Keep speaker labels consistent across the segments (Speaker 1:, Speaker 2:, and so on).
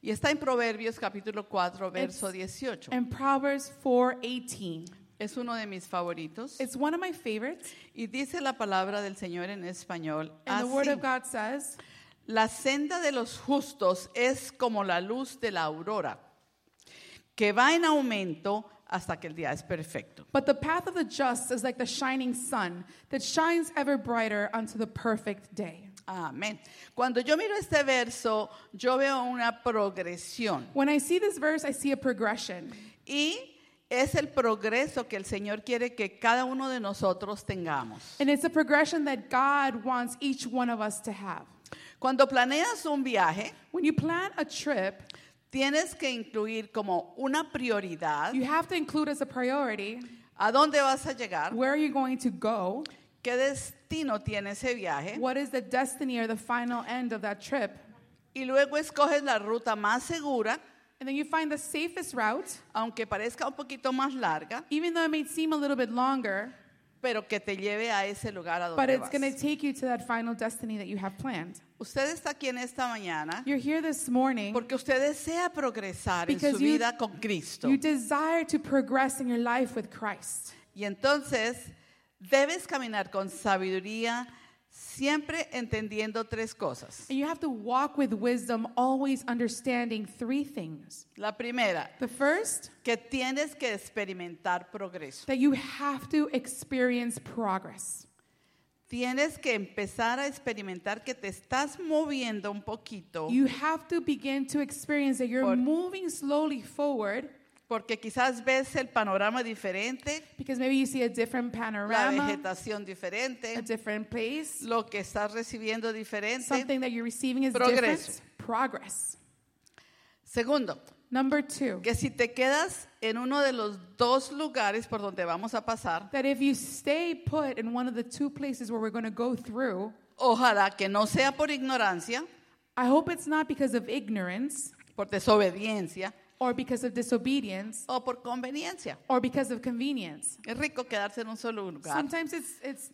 Speaker 1: Y está en Proverbios capítulo 4, verso
Speaker 2: It's-
Speaker 1: 18.
Speaker 2: and Proverbs 4:18.
Speaker 1: Es uno de mis favoritos.
Speaker 2: It's one of my favorites.
Speaker 1: Y dice la palabra del Señor en español.
Speaker 2: And the word
Speaker 1: así.
Speaker 2: of God says,
Speaker 1: La senda de los justos es como la luz de la aurora, que va en aumento hasta que el día es perfecto.
Speaker 2: "But the path of the just is like the shining sun that shines ever brighter unto the perfect day."
Speaker 1: Amén. Cuando yo miro este verso, yo veo una progresión
Speaker 2: When I see this verse, I see a progression.
Speaker 1: y es el progreso que el Señor quiere que cada uno de nosotros tengamos.
Speaker 2: And it's a progression that God wants each one of us to have.
Speaker 1: Cuando planeas un viaje,
Speaker 2: When you plan a trip,
Speaker 1: tienes que incluir como una prioridad
Speaker 2: you have to include as a priority
Speaker 1: a dónde vas a llegar,
Speaker 2: where are you going to go?
Speaker 1: qué destino tiene ese viaje.
Speaker 2: What is the destiny or the final end of that trip?
Speaker 1: Y luego escoges la ruta más segura,
Speaker 2: And then you find the safest route,
Speaker 1: aunque parezca un poquito más larga,
Speaker 2: even though it may seem a little bit longer,
Speaker 1: pero que te lleve a ese lugar a
Speaker 2: but
Speaker 1: donde
Speaker 2: it's
Speaker 1: vas.
Speaker 2: going to take you to that final destiny that you have planned.
Speaker 1: Usted está aquí en esta mañana
Speaker 2: You're here this morning
Speaker 1: porque usted desea progresar en
Speaker 2: Because
Speaker 1: su
Speaker 2: you-
Speaker 1: vida con Cristo.
Speaker 2: you desire to progress in your life with Christ.
Speaker 1: Y entonces debes caminar con sabiduría, siempre entendiendo tres cosas.
Speaker 2: And you have to walk with wisdom, always understanding three things.
Speaker 1: La primera,
Speaker 2: The first,
Speaker 1: que tienes que experimentar progreso.
Speaker 2: that you have to experience progress.
Speaker 1: Tienes que empezar a experimentar que te estás moviendo un poquito.
Speaker 2: You have to begin to experience that you're
Speaker 1: Por-
Speaker 2: moving slowly forward
Speaker 1: Porque quizás ves el panorama diferente,
Speaker 2: because maybe you see a different
Speaker 1: la
Speaker 2: panorama,
Speaker 1: vegetación diferente,
Speaker 2: a different place,
Speaker 1: lo que estás recibiendo diferente.
Speaker 2: something that you're receiving is
Speaker 1: Progreso.
Speaker 2: different. Progress.
Speaker 1: Segundo,
Speaker 2: Number two,
Speaker 1: que si te quedas en uno de los dos lugares por donde vamos a pasar,
Speaker 2: that if you stay put in one of the two places where we're going to go through,
Speaker 1: ojalá que no sea por ignorancia,
Speaker 2: I hope it's not because of ignorance
Speaker 1: por desobediencia
Speaker 2: or because of disobedience
Speaker 1: o por conveniencia.
Speaker 2: or because of convenience.
Speaker 1: Es rico quedarse en un solo lugar
Speaker 2: Sometimes it's it's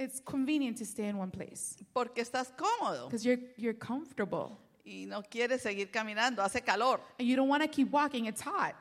Speaker 2: it's convenient to stay in one place
Speaker 1: porque estás cómodo
Speaker 2: because you're you're comfortable.
Speaker 1: y no quieres seguir caminando, hace calor,
Speaker 2: and you don't want to keep walking. It's hot.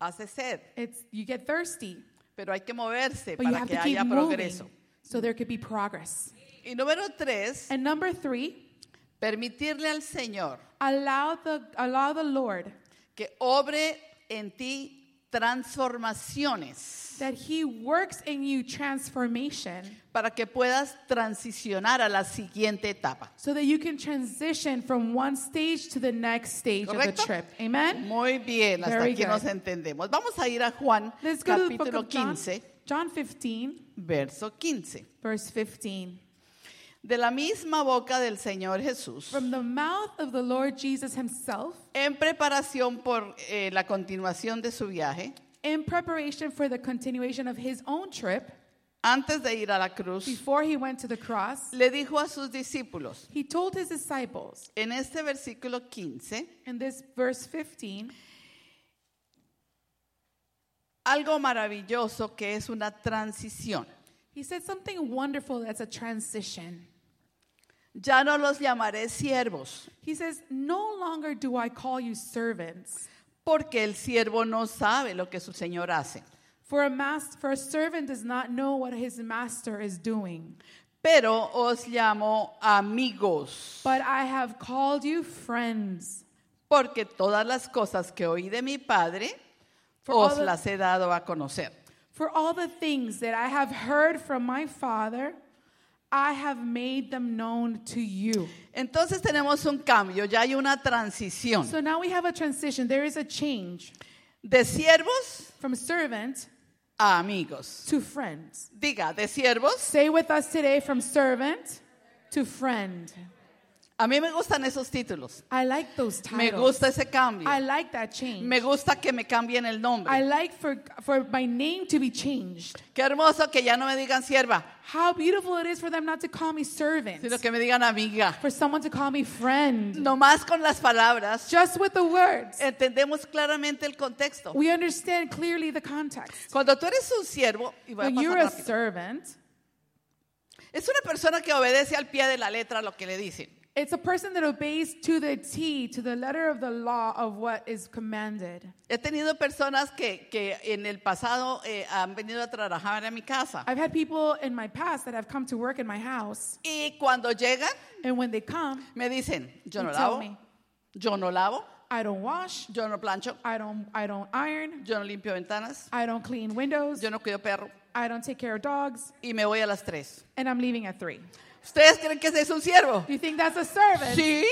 Speaker 1: hace sed,
Speaker 2: It's you get thirsty,
Speaker 1: pero hay que moverse
Speaker 2: but you
Speaker 1: para
Speaker 2: have
Speaker 1: que
Speaker 2: to keep
Speaker 1: haya
Speaker 2: moving
Speaker 1: progreso.
Speaker 2: so there could be progress.
Speaker 1: Y número tres,
Speaker 2: And number three,
Speaker 1: permitirle al Señor
Speaker 2: allow the allow the Lord
Speaker 1: que obre en ti transformaciones
Speaker 2: that He works in you transformation
Speaker 1: para que puedas transicionar a la siguiente etapa.
Speaker 2: so that you can transition from one stage to the next stage of
Speaker 1: Correcto.
Speaker 2: the trip. Amen.
Speaker 1: Muy bien, hasta
Speaker 2: Very
Speaker 1: aquí
Speaker 2: good.
Speaker 1: nos entendemos. Vamos a ir a Juan
Speaker 2: Let's go to the book
Speaker 1: capítulo
Speaker 2: of John,
Speaker 1: 15,
Speaker 2: John 15,
Speaker 1: verso 15.
Speaker 2: verse 15.
Speaker 1: De la misma boca del Señor Jesús,
Speaker 2: From the mouth of the Lord Jesus Himself,
Speaker 1: en preparación por eh, la continuación de su viaje,
Speaker 2: in preparation for the continuation of His own trip,
Speaker 1: antes de ir a la cruz,
Speaker 2: before He went to the cross,
Speaker 1: le dijo a sus discípulos,
Speaker 2: He told his disciples
Speaker 1: en este versículo 15,
Speaker 2: in this verse 15
Speaker 1: algo maravilloso que es una transición.
Speaker 2: he said something wonderful that's a transition
Speaker 1: Ya no los llamaré siervos,
Speaker 2: he says no longer do i call you servants
Speaker 1: porque el siervo no sabe lo que su señor hace.
Speaker 2: for a mas- for a servant does not know what his master is doing
Speaker 1: Pero os llamo amigos,
Speaker 2: but i have called you friends
Speaker 1: porque todas las cosas que oí de mi padre
Speaker 2: For
Speaker 1: os
Speaker 2: all the-
Speaker 1: las he dado a conocer.
Speaker 2: for all the things that i have heard from my father i have made them known to you
Speaker 1: Entonces tenemos un cambio, ya hay una transición
Speaker 2: so now we have a transition there is a change
Speaker 1: de siervos
Speaker 2: from servant
Speaker 1: a amigos.
Speaker 2: to friends
Speaker 1: Diga, de siervos.
Speaker 2: Say with us today from servant to friend.
Speaker 1: A mí me gustan esos títulos.
Speaker 2: I like those titles.
Speaker 1: Me gusta ese cambio.
Speaker 2: I like that change.
Speaker 1: Me gusta que me cambien el nombre.
Speaker 2: I like for, for my name to be changed.
Speaker 1: Qué hermoso que ya no me digan sierva,
Speaker 2: How beautiful it is for them not to call me servant,
Speaker 1: sino que me digan amiga.
Speaker 2: for someone to call me friend.
Speaker 1: Nomás con las palabras
Speaker 2: Just with the words,
Speaker 1: entendemos claramente el contexto.
Speaker 2: we understand clearly the context.
Speaker 1: Cuando tú eres un siervo, y voy a
Speaker 2: When
Speaker 1: pasar
Speaker 2: you're a
Speaker 1: rápido,
Speaker 2: servant,
Speaker 1: es una persona que obedece al pie de la letra lo que le dicen.
Speaker 2: It's a person that obeys to the T, to the letter of the law of what is commanded.
Speaker 1: He tenido personas que, que en el pasado eh, han venido a trabajar a mi casa.
Speaker 2: I've had people in my past that have come to work in my house,
Speaker 1: Y cuando llegan,
Speaker 2: and when they come,
Speaker 1: me dicen, yo no
Speaker 2: You tell
Speaker 1: lavo,
Speaker 2: me.
Speaker 1: yo no lavo,
Speaker 2: I don't wash,
Speaker 1: yo no plancho,
Speaker 2: I don't, I don't iron,
Speaker 1: yo no limpio ventanas,
Speaker 2: I don't clean windows,
Speaker 1: yo no cuido perro.
Speaker 2: I don't take care of dogs,
Speaker 1: Y me voy a las 3.
Speaker 2: and I'm leaving at three.
Speaker 1: ¿Ustedes creen que ese es un siervo?
Speaker 2: Do you think that's a servant?
Speaker 1: Sí,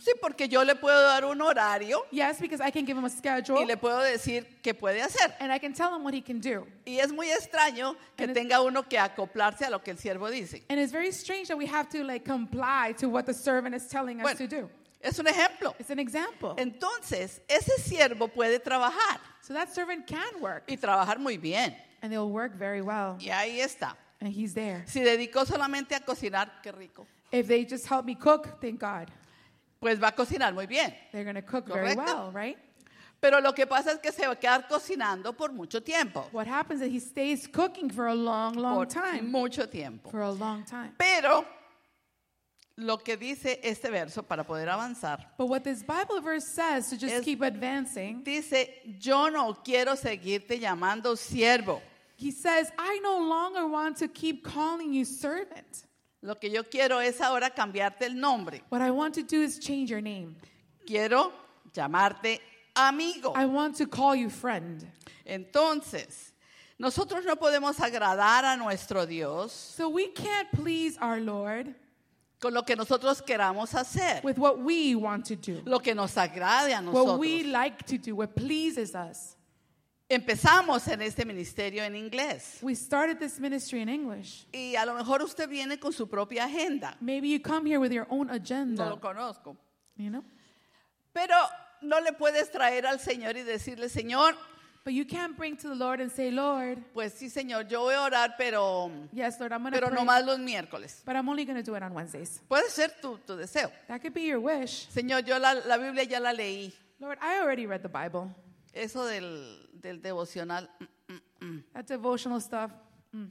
Speaker 1: sí, porque yo le puedo dar un horario
Speaker 2: yes, because I can give him a schedule,
Speaker 1: y le puedo decir qué puede hacer.
Speaker 2: and I can tell him what he can do.
Speaker 1: Y es muy extraño que
Speaker 2: And it-
Speaker 1: tenga uno que acoplarse a lo que el siervo dice.
Speaker 2: And it's very strange that we have to like comply to what the servant is telling us
Speaker 1: Bueno,
Speaker 2: to do.
Speaker 1: es un ejemplo.
Speaker 2: It's an example.
Speaker 1: Entonces, ese siervo puede trabajar
Speaker 2: so that servant can work,
Speaker 1: y trabajar muy bien.
Speaker 2: and they'll work very well.
Speaker 1: Y ahí está.
Speaker 2: And he's there.
Speaker 1: Si dedicó solamente a cocinar, qué rico.
Speaker 2: If they just help me cook, thank God.
Speaker 1: Pues va a cocinar muy bien.
Speaker 2: They're going to cook very
Speaker 1: Correcto.
Speaker 2: well, right?
Speaker 1: Pero lo que pasa es que se va a quedar cocinando por mucho tiempo.
Speaker 2: What happens is he stays cooking for a long, long
Speaker 1: Por
Speaker 2: time.
Speaker 1: mucho tiempo.
Speaker 2: For a long time.
Speaker 1: Pero lo que dice este verso para poder avanzar,
Speaker 2: But what this Bible verse says to just
Speaker 1: Es-
Speaker 2: keep advancing,
Speaker 1: dice, yo no quiero seguirte llamando siervo.
Speaker 2: he says, I no longer want to keep calling you servant.
Speaker 1: Lo que yo quiero es ahora cambiarte el nombre.
Speaker 2: What I want to do is change your name.
Speaker 1: Quiero llamarte amigo.
Speaker 2: I want to call you friend.
Speaker 1: Entonces, nosotros no podemos agradar a nuestro Dios
Speaker 2: So we can't please our Lord
Speaker 1: con lo que nosotros queramos hacer,
Speaker 2: with what we want to do,
Speaker 1: lo que nos agrade a
Speaker 2: what
Speaker 1: nosotros.
Speaker 2: Pues, we like to do, what pleases us.
Speaker 1: Empezamos en este ministerio en inglés
Speaker 2: We started this ministry in English.
Speaker 1: y a lo mejor usted viene con su propia agenda.
Speaker 2: Maybe you come here with your own
Speaker 1: No
Speaker 2: agenda,
Speaker 1: lo conozco.
Speaker 2: you know?
Speaker 1: Pero no le puedes traer al Señor y decirle, Señor,
Speaker 2: But you can't bring to the Lord and say, Lord,
Speaker 1: pues sí, Señor, yo voy a orar, pero,
Speaker 2: yes, Lord, I'm going to
Speaker 1: pero
Speaker 2: pray,
Speaker 1: no más los miércoles.
Speaker 2: but I'm only going to do it on Wednesdays.
Speaker 1: Puede ser tu, tu deseo.
Speaker 2: That could be your wish.
Speaker 1: Señor, yo la, la Biblia ya la leí.
Speaker 2: Lord, I already read the Bible.
Speaker 1: Eso del, del devocional. mm, mm, mm.
Speaker 2: That devotional stuff. mm.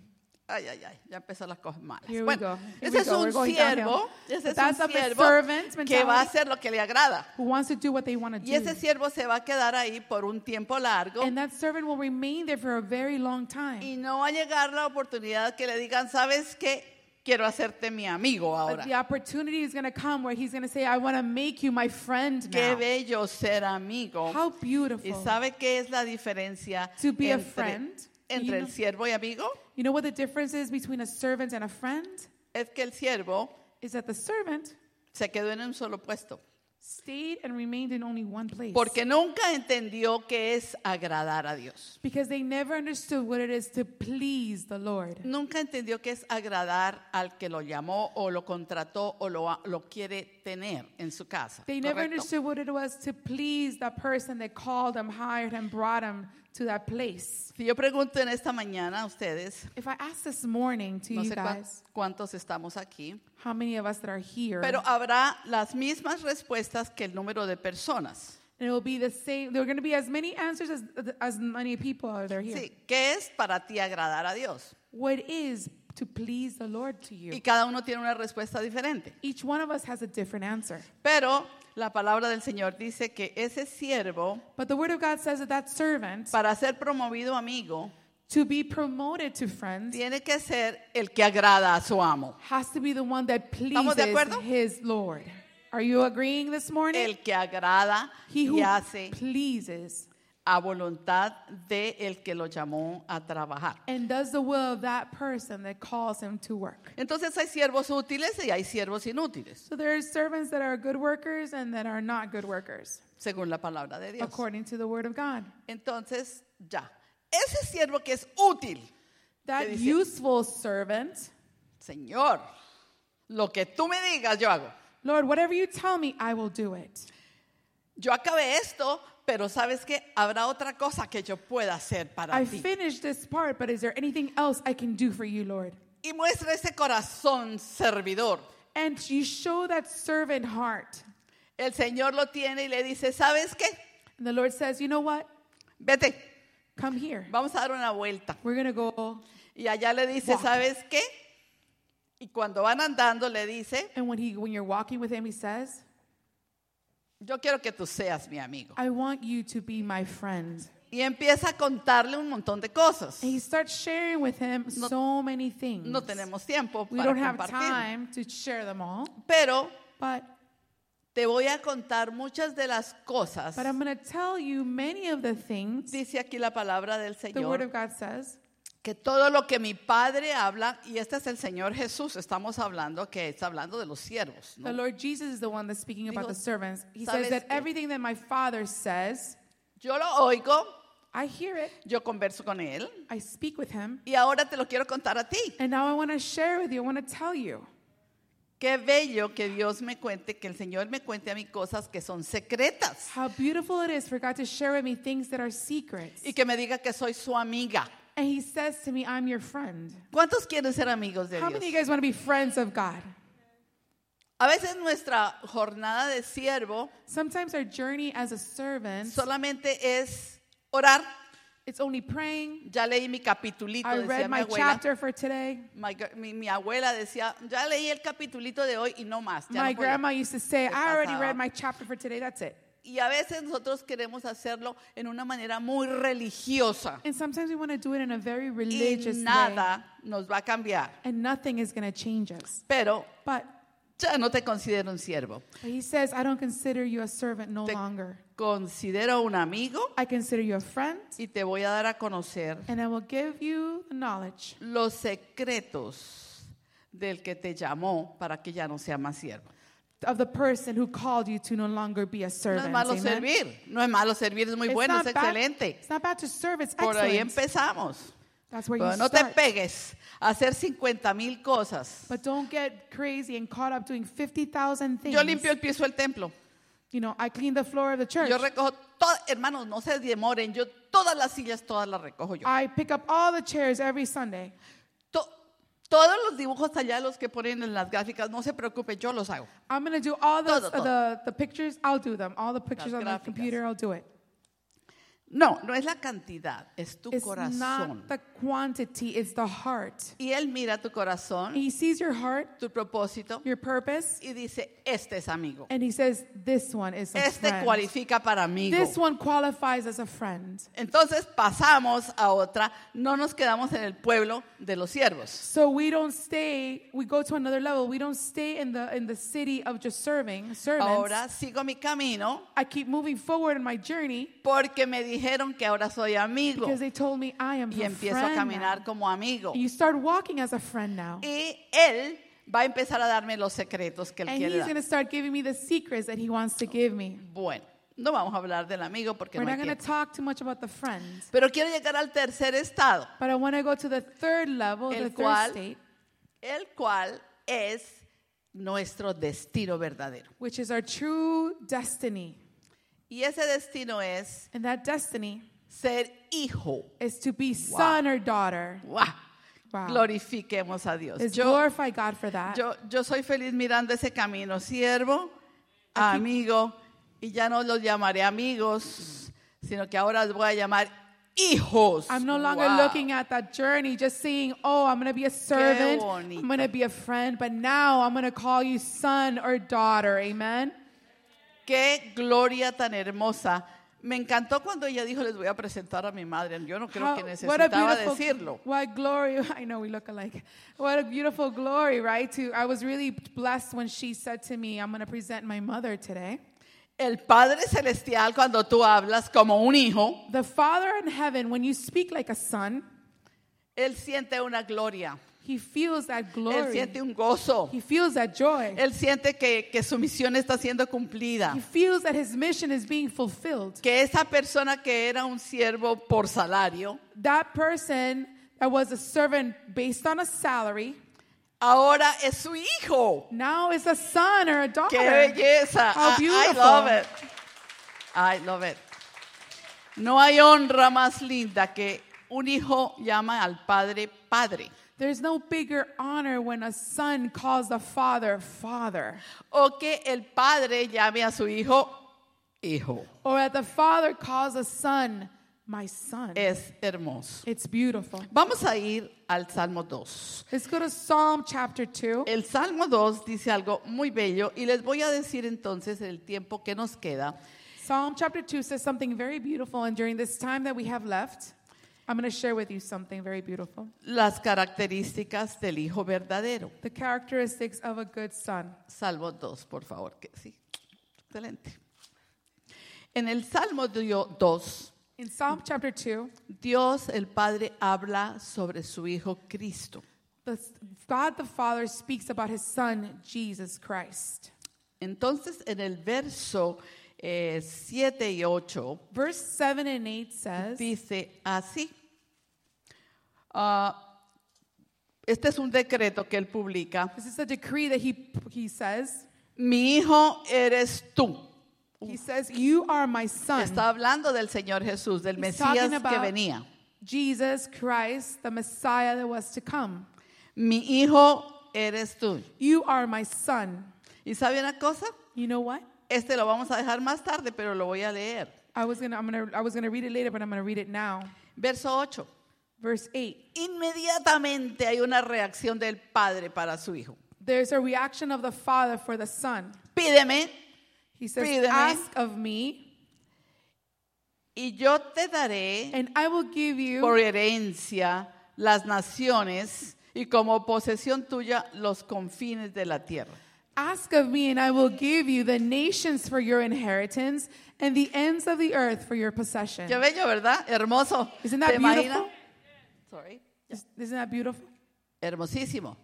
Speaker 1: Ay, ay, ay, ya empezó las cosas mal.
Speaker 2: Here we go.
Speaker 1: Bueno,
Speaker 2: Here
Speaker 1: ese
Speaker 2: we
Speaker 1: es
Speaker 2: go. We're
Speaker 1: un
Speaker 2: going
Speaker 1: siervo,
Speaker 2: downhill.
Speaker 1: ese es
Speaker 2: That's
Speaker 1: un
Speaker 2: of a
Speaker 1: siervo
Speaker 2: servant
Speaker 1: que va a
Speaker 2: mentality.
Speaker 1: hacer lo que le agrada.
Speaker 2: Who wants to do what they want to
Speaker 1: Y ese
Speaker 2: do?
Speaker 1: siervo se va a quedar ahí por un tiempo largo
Speaker 2: And that servant will remain there for a very long
Speaker 1: y
Speaker 2: time.
Speaker 1: no va a llegar la oportunidad que le digan, ¿sabes qué? Quiero hacerte mi amigo
Speaker 2: But
Speaker 1: ahora.
Speaker 2: the opportunity is going to come where he's going to say, I want to make you my friend
Speaker 1: Qué
Speaker 2: now.
Speaker 1: bello ser amigo.
Speaker 2: How
Speaker 1: ¿Y
Speaker 2: beautiful.
Speaker 1: sabe qué es la diferencia
Speaker 2: To be a
Speaker 1: entre,
Speaker 2: friend, you
Speaker 1: entre el
Speaker 2: know.
Speaker 1: siervo y amigo?
Speaker 2: You know what the difference is between a servant and a friend?
Speaker 1: Es que el siervo
Speaker 2: Is that the servant
Speaker 1: se quedó en un solo puesto
Speaker 2: stayed and remained in only one place.
Speaker 1: porque nunca entendió que es agradar a Dios.
Speaker 2: Because they never understood what it is to please the Lord.
Speaker 1: Nunca entendió que es agradar al que lo llamó o lo contrató o lo, lo quiere tener en su casa.
Speaker 2: They never
Speaker 1: ¿correcto?
Speaker 2: understood what it was to please the person that called them, hired him, brought him to that place.
Speaker 1: Si yo pregunto en esta mañana a ustedes,
Speaker 2: If I ask this morning to
Speaker 1: no
Speaker 2: you
Speaker 1: sé cuán-
Speaker 2: guys,
Speaker 1: cuántos estamos aquí,
Speaker 2: how many of us that are here,
Speaker 1: pero habrá las mismas respuestas que el número de personas.
Speaker 2: and it will be the same. There are going to be as many answers as as many people are there here.
Speaker 1: Sí, ¿qué es para ti agradar a Dios?
Speaker 2: What is to please the Lord to you?
Speaker 1: Y cada uno tiene una respuesta diferente.
Speaker 2: Each one of us has a different answer.
Speaker 1: Pero la palabra del Señor dice que ese siervo,
Speaker 2: But the Word of God says that that servant,
Speaker 1: para ser promovido amigo,
Speaker 2: to be promoted to friends,
Speaker 1: tiene que ser el que agrada a su amo.
Speaker 2: has to be the one that
Speaker 1: ¿Estamos de
Speaker 2: pleases
Speaker 1: acuerdo?
Speaker 2: his Lord. Are you agreeing this morning?
Speaker 1: El que agrada
Speaker 2: He
Speaker 1: y
Speaker 2: who
Speaker 1: hace
Speaker 2: pleases
Speaker 1: a voluntad de el que lo llamó a trabajar.
Speaker 2: and does the will of that person that calls him to work.
Speaker 1: Entonces hay siervos útiles y hay siervos inútiles,
Speaker 2: So there are servants that are good workers and that are not good workers,
Speaker 1: según la palabra de Dios.
Speaker 2: according to the word of God.
Speaker 1: Entonces, ya. Ese siervo que es útil,
Speaker 2: That
Speaker 1: Que dice-
Speaker 2: useful servant,
Speaker 1: Señor, lo que tú me digas, yo hago.
Speaker 2: Lord, whatever you tell me, I will do it.
Speaker 1: Yo acabé esto, pero sabes que habrá otra cosa que yo pueda hacer para
Speaker 2: I
Speaker 1: ti.
Speaker 2: finished this part, but is there anything else I can do for you, Lord?
Speaker 1: Y muestra ese corazón servidor.
Speaker 2: And you show that servant heart.
Speaker 1: El Señor lo tiene y le dice, ¿sabes qué?
Speaker 2: And the Lord says, You know what?
Speaker 1: Vete,
Speaker 2: Come here.
Speaker 1: vamos a dar una vuelta.
Speaker 2: We're going to go.
Speaker 1: Y allá le dice,
Speaker 2: Walk.
Speaker 1: ¿sabes qué? Y cuando van andando le dice,
Speaker 2: And when, he, when you're walking with him, he says,
Speaker 1: yo quiero que tú seas mi amigo.
Speaker 2: I want you to be my friend.
Speaker 1: Y empieza a contarle un montón de cosas.
Speaker 2: And he starts sharing with him
Speaker 1: No-
Speaker 2: so many things.
Speaker 1: No tenemos tiempo
Speaker 2: we
Speaker 1: para
Speaker 2: don't have
Speaker 1: compartir.
Speaker 2: time to share them all,
Speaker 1: Pero
Speaker 2: but,
Speaker 1: te voy a contar muchas de las cosas.
Speaker 2: but I'm going to tell you many of the things
Speaker 1: Dice aquí la palabra del
Speaker 2: the Word
Speaker 1: Señor
Speaker 2: of God says.
Speaker 1: que todo lo que mi padre habla, y este es el Señor Jesús, estamos hablando que está hablando de los siervos, ¿no?
Speaker 2: The Lord Jesus is the one that's speaking about
Speaker 1: Digo,
Speaker 2: the servants. He
Speaker 1: ¿sabes
Speaker 2: says that
Speaker 1: qué?
Speaker 2: everything that my Father says,
Speaker 1: Yo lo oigo,
Speaker 2: I hear it,
Speaker 1: yo converso con él,
Speaker 2: I speak with him,
Speaker 1: y ahora te lo quiero contar a ti.
Speaker 2: and now I want to share with you, I want to tell you.
Speaker 1: Qué bello que Dios me cuente, que el Señor me cuente a mí cosas que son secretas
Speaker 2: How beautiful it is for God to share with me things that are secrets.
Speaker 1: y que me diga que soy su amiga.
Speaker 2: And He says to me, I'm your friend.
Speaker 1: ¿Cuántos quieren ser amigos de
Speaker 2: How many of you
Speaker 1: Dios?
Speaker 2: guys want to be friends of God?
Speaker 1: A veces nuestra jornada de siervo
Speaker 2: Sometimes our journey as a servant,
Speaker 1: solamente es orar.
Speaker 2: it's only praying.
Speaker 1: Ya leí mi capitulito,
Speaker 2: I
Speaker 1: decía
Speaker 2: read
Speaker 1: mi
Speaker 2: my
Speaker 1: abuela.
Speaker 2: chapter for today.
Speaker 1: My gr- mi, mi abuela decía, ya leí el capitulito de hoy y no más. ya
Speaker 2: My
Speaker 1: no podía".
Speaker 2: grandma used to say,
Speaker 1: Se
Speaker 2: I already
Speaker 1: pasaba.
Speaker 2: read my chapter for today, that's it.
Speaker 1: Y a veces nosotros queremos hacerlo en una manera muy religiosa.
Speaker 2: And sometimes we want to do it in a very
Speaker 1: Y
Speaker 2: religious way,
Speaker 1: nada nos va a cambiar.
Speaker 2: and nothing is going to change us.
Speaker 1: Pero
Speaker 2: But,
Speaker 1: ya no te considero un siervo.
Speaker 2: but He says, I don't consider you a servant no
Speaker 1: Te-
Speaker 2: longer.
Speaker 1: Considero un amigo
Speaker 2: I consider you a friend,
Speaker 1: y te voy a dar a conocer
Speaker 2: and I will give you the knowledge.
Speaker 1: los secretos del que te llamó para que ya no sea más siervo.
Speaker 2: of the person who called you to no longer be
Speaker 1: No
Speaker 2: a
Speaker 1: es
Speaker 2: servant.
Speaker 1: malo
Speaker 2: Amen?
Speaker 1: servir, no es malo servir, es muy
Speaker 2: It's
Speaker 1: bueno,
Speaker 2: not
Speaker 1: es
Speaker 2: bad-
Speaker 1: excelente.
Speaker 2: It's not bad to serve. It's
Speaker 1: Por ahí
Speaker 2: excellent.
Speaker 1: empezamos.
Speaker 2: That's where
Speaker 1: Pero
Speaker 2: you
Speaker 1: no te
Speaker 2: start.
Speaker 1: pegues a hacer 50 mil cosas.
Speaker 2: But don't get crazy and caught up doing 50,000 things.
Speaker 1: Yo limpio el piso del templo.
Speaker 2: You know, I clean the floor of the church.
Speaker 1: Yo recojo todas, hermanos, no se demoren. Yo todas las sillas, todas las recojo yo.
Speaker 2: I pick up all the chairs every Sunday.
Speaker 1: To- todos los dibujos allá, los que ponen en las gráficas, no se preocupe, yo los hago.
Speaker 2: I'm going to do all the,
Speaker 1: Todo,
Speaker 2: uh, the, the pictures. I'll do them. All the pictures on the
Speaker 1: gráficas.
Speaker 2: computer, I'll do it.
Speaker 1: No, no es la cantidad, es tu
Speaker 2: It's
Speaker 1: corazón.
Speaker 2: not the quantity, it's the heart.
Speaker 1: Y él mira tu corazón,
Speaker 2: He sees your heart,
Speaker 1: tu propósito,
Speaker 2: your purpose,
Speaker 1: y dice, este es amigo.
Speaker 2: and he says, This one is a
Speaker 1: Este
Speaker 2: friend.
Speaker 1: cualifica para amigo.
Speaker 2: This one qualifies as a friend.
Speaker 1: Entonces pasamos a otra, no nos quedamos en el pueblo de los siervos.
Speaker 2: So we don't stay, we go to another level. We don't stay in the in the city of just serving, servants.
Speaker 1: Ahora sigo mi camino
Speaker 2: I keep moving forward in my journey
Speaker 1: porque me dijeron que ahora soy amigo
Speaker 2: because they told me I am
Speaker 1: y
Speaker 2: a
Speaker 1: empiezo a
Speaker 2: friend.
Speaker 1: caminar
Speaker 2: now.
Speaker 1: como amigo.
Speaker 2: You start walking as a friend now.
Speaker 1: Y él va a empezar a darme los secretos que él
Speaker 2: And
Speaker 1: quiere
Speaker 2: he's going
Speaker 1: dar.
Speaker 2: to start giving me the secrets that he wants to give me.
Speaker 1: Bueno, no vamos a hablar del amigo porque
Speaker 2: We're
Speaker 1: no
Speaker 2: not
Speaker 1: hay
Speaker 2: going to
Speaker 1: tiempo.
Speaker 2: talk too much about the friend,
Speaker 1: Pero quiero llegar al tercer estado,
Speaker 2: but I want to go to the third level,
Speaker 1: El
Speaker 2: the
Speaker 1: cual-
Speaker 2: third state,
Speaker 1: el cual es nuestro destino verdadero.
Speaker 2: which is our true destiny.
Speaker 1: Y ese destino es
Speaker 2: And that destiny
Speaker 1: ser hijo.
Speaker 2: is to be son or daughter.
Speaker 1: ¡Guau!
Speaker 2: Wow.
Speaker 1: Glorifiquemos a Dios.
Speaker 2: Is
Speaker 1: Yo-
Speaker 2: glorify God for that.
Speaker 1: Yo, yo soy feliz mirando ese camino, siervo, amigo, y ya no los llamaré amigos, sino que ahora los voy a llamar hijos.
Speaker 2: I'm no longer
Speaker 1: Wow.
Speaker 2: looking at that journey, just seeing, oh, I'm going to be a servant,
Speaker 1: bonito.
Speaker 2: I'm going to be a friend, but now I'm going to call you son or daughter. Amen.
Speaker 1: Qué gloria tan hermosa. Me encantó cuando ella dijo, les voy a presentar a mi madre. Yo no creo
Speaker 2: How-
Speaker 1: que
Speaker 2: what
Speaker 1: necesitaba
Speaker 2: a beautiful,
Speaker 1: decirlo.
Speaker 2: what glory. I know we look alike. What a beautiful glory, right? To I was really blessed when she said to me, I'm going to present my mother today.
Speaker 1: El Padre Celestial, cuando tú hablas como un hijo,
Speaker 2: The Father in heaven, when you speak like a son,
Speaker 1: Él siente una gloria.
Speaker 2: he feels that
Speaker 1: Él
Speaker 2: glory.
Speaker 1: siente un gozo.
Speaker 2: He feels that joy.
Speaker 1: Él siente que, que su misión está siendo cumplida.
Speaker 2: He feels that his mission is being fulfilled.
Speaker 1: que esa persona que era un siervo por salario,
Speaker 2: that person that was a servant based on a salary
Speaker 1: ahora es su hijo.
Speaker 2: now is a son or a daughter.
Speaker 1: ¡Qué belleza! I-
Speaker 2: How
Speaker 1: I,
Speaker 2: Oh, beautiful.
Speaker 1: love it. I love it. No hay honra más linda que un hijo llama al padre padre
Speaker 2: There's no bigger honor when a son calls the father father,
Speaker 1: o que el padre llame a su hijo hijo.
Speaker 2: or that the father calls a son my son.
Speaker 1: es hermoso.
Speaker 2: It's beautiful.
Speaker 1: Vamos a ir al Salmo 2.
Speaker 2: Let's go to Psalm chapter 2.
Speaker 1: El Salmo 2 dice algo muy bello y les voy a decir entonces el tiempo que nos queda.
Speaker 2: Psalm chapter 2 says something very beautiful, and during this time that we have left, I'm going to share with you something very beautiful.
Speaker 1: Las características del Hijo verdadero.
Speaker 2: The characteristics of a good son.
Speaker 1: Salmo 2, por favor. Que, sí, excelente. En el Salmo 2,
Speaker 2: In Psalm chapter 2,
Speaker 1: Dios el Padre habla sobre su Hijo Cristo.
Speaker 2: the, God the Father speaks about his son, Jesus Christ.
Speaker 1: Entonces, en el verso 7 y 8
Speaker 2: Verse 7 and 8 says,
Speaker 1: dice así. Ah, este es un decreto que él publica.
Speaker 2: This is a decree that he, he says.
Speaker 1: Mi hijo eres tú.
Speaker 2: He says, You are my son.
Speaker 1: Está hablando del Señor Jesús, del
Speaker 2: He's talking
Speaker 1: Mesías que
Speaker 2: about
Speaker 1: venía.
Speaker 2: Jesus Christ, the Messiah that was to come.
Speaker 1: Mi hijo eres tú.
Speaker 2: You are my son.
Speaker 1: ¿Y sabe una cosa?
Speaker 2: You know what?
Speaker 1: Este lo vamos a dejar más tarde, pero lo voy a leer.
Speaker 2: I was gonna, I'm gonna, I was gonna read it later, but I'm gonna read it now.
Speaker 1: Verso 8.
Speaker 2: Verse 8.
Speaker 1: Inmediatamente hay una reacción del Padre para su hijo.
Speaker 2: There's a reaction of the father for the son.
Speaker 1: Pídeme
Speaker 2: He says,
Speaker 1: Pídeme.
Speaker 2: Ask of me,
Speaker 1: y yo te daré
Speaker 2: and I will give
Speaker 1: por
Speaker 2: you
Speaker 1: herencia las naciones y como posesión tuya los confines de la tierra.
Speaker 2: ask of me, and I will give you the nations for your inheritance and the ends of the earth for your possession.
Speaker 1: Qué bello, ¿verdad? Hermoso.
Speaker 2: Isn't that
Speaker 1: ¿Te imaginas?
Speaker 2: beautiful?
Speaker 1: Sorry.
Speaker 2: Is- Isn't that beautiful?
Speaker 1: Hermosísimo.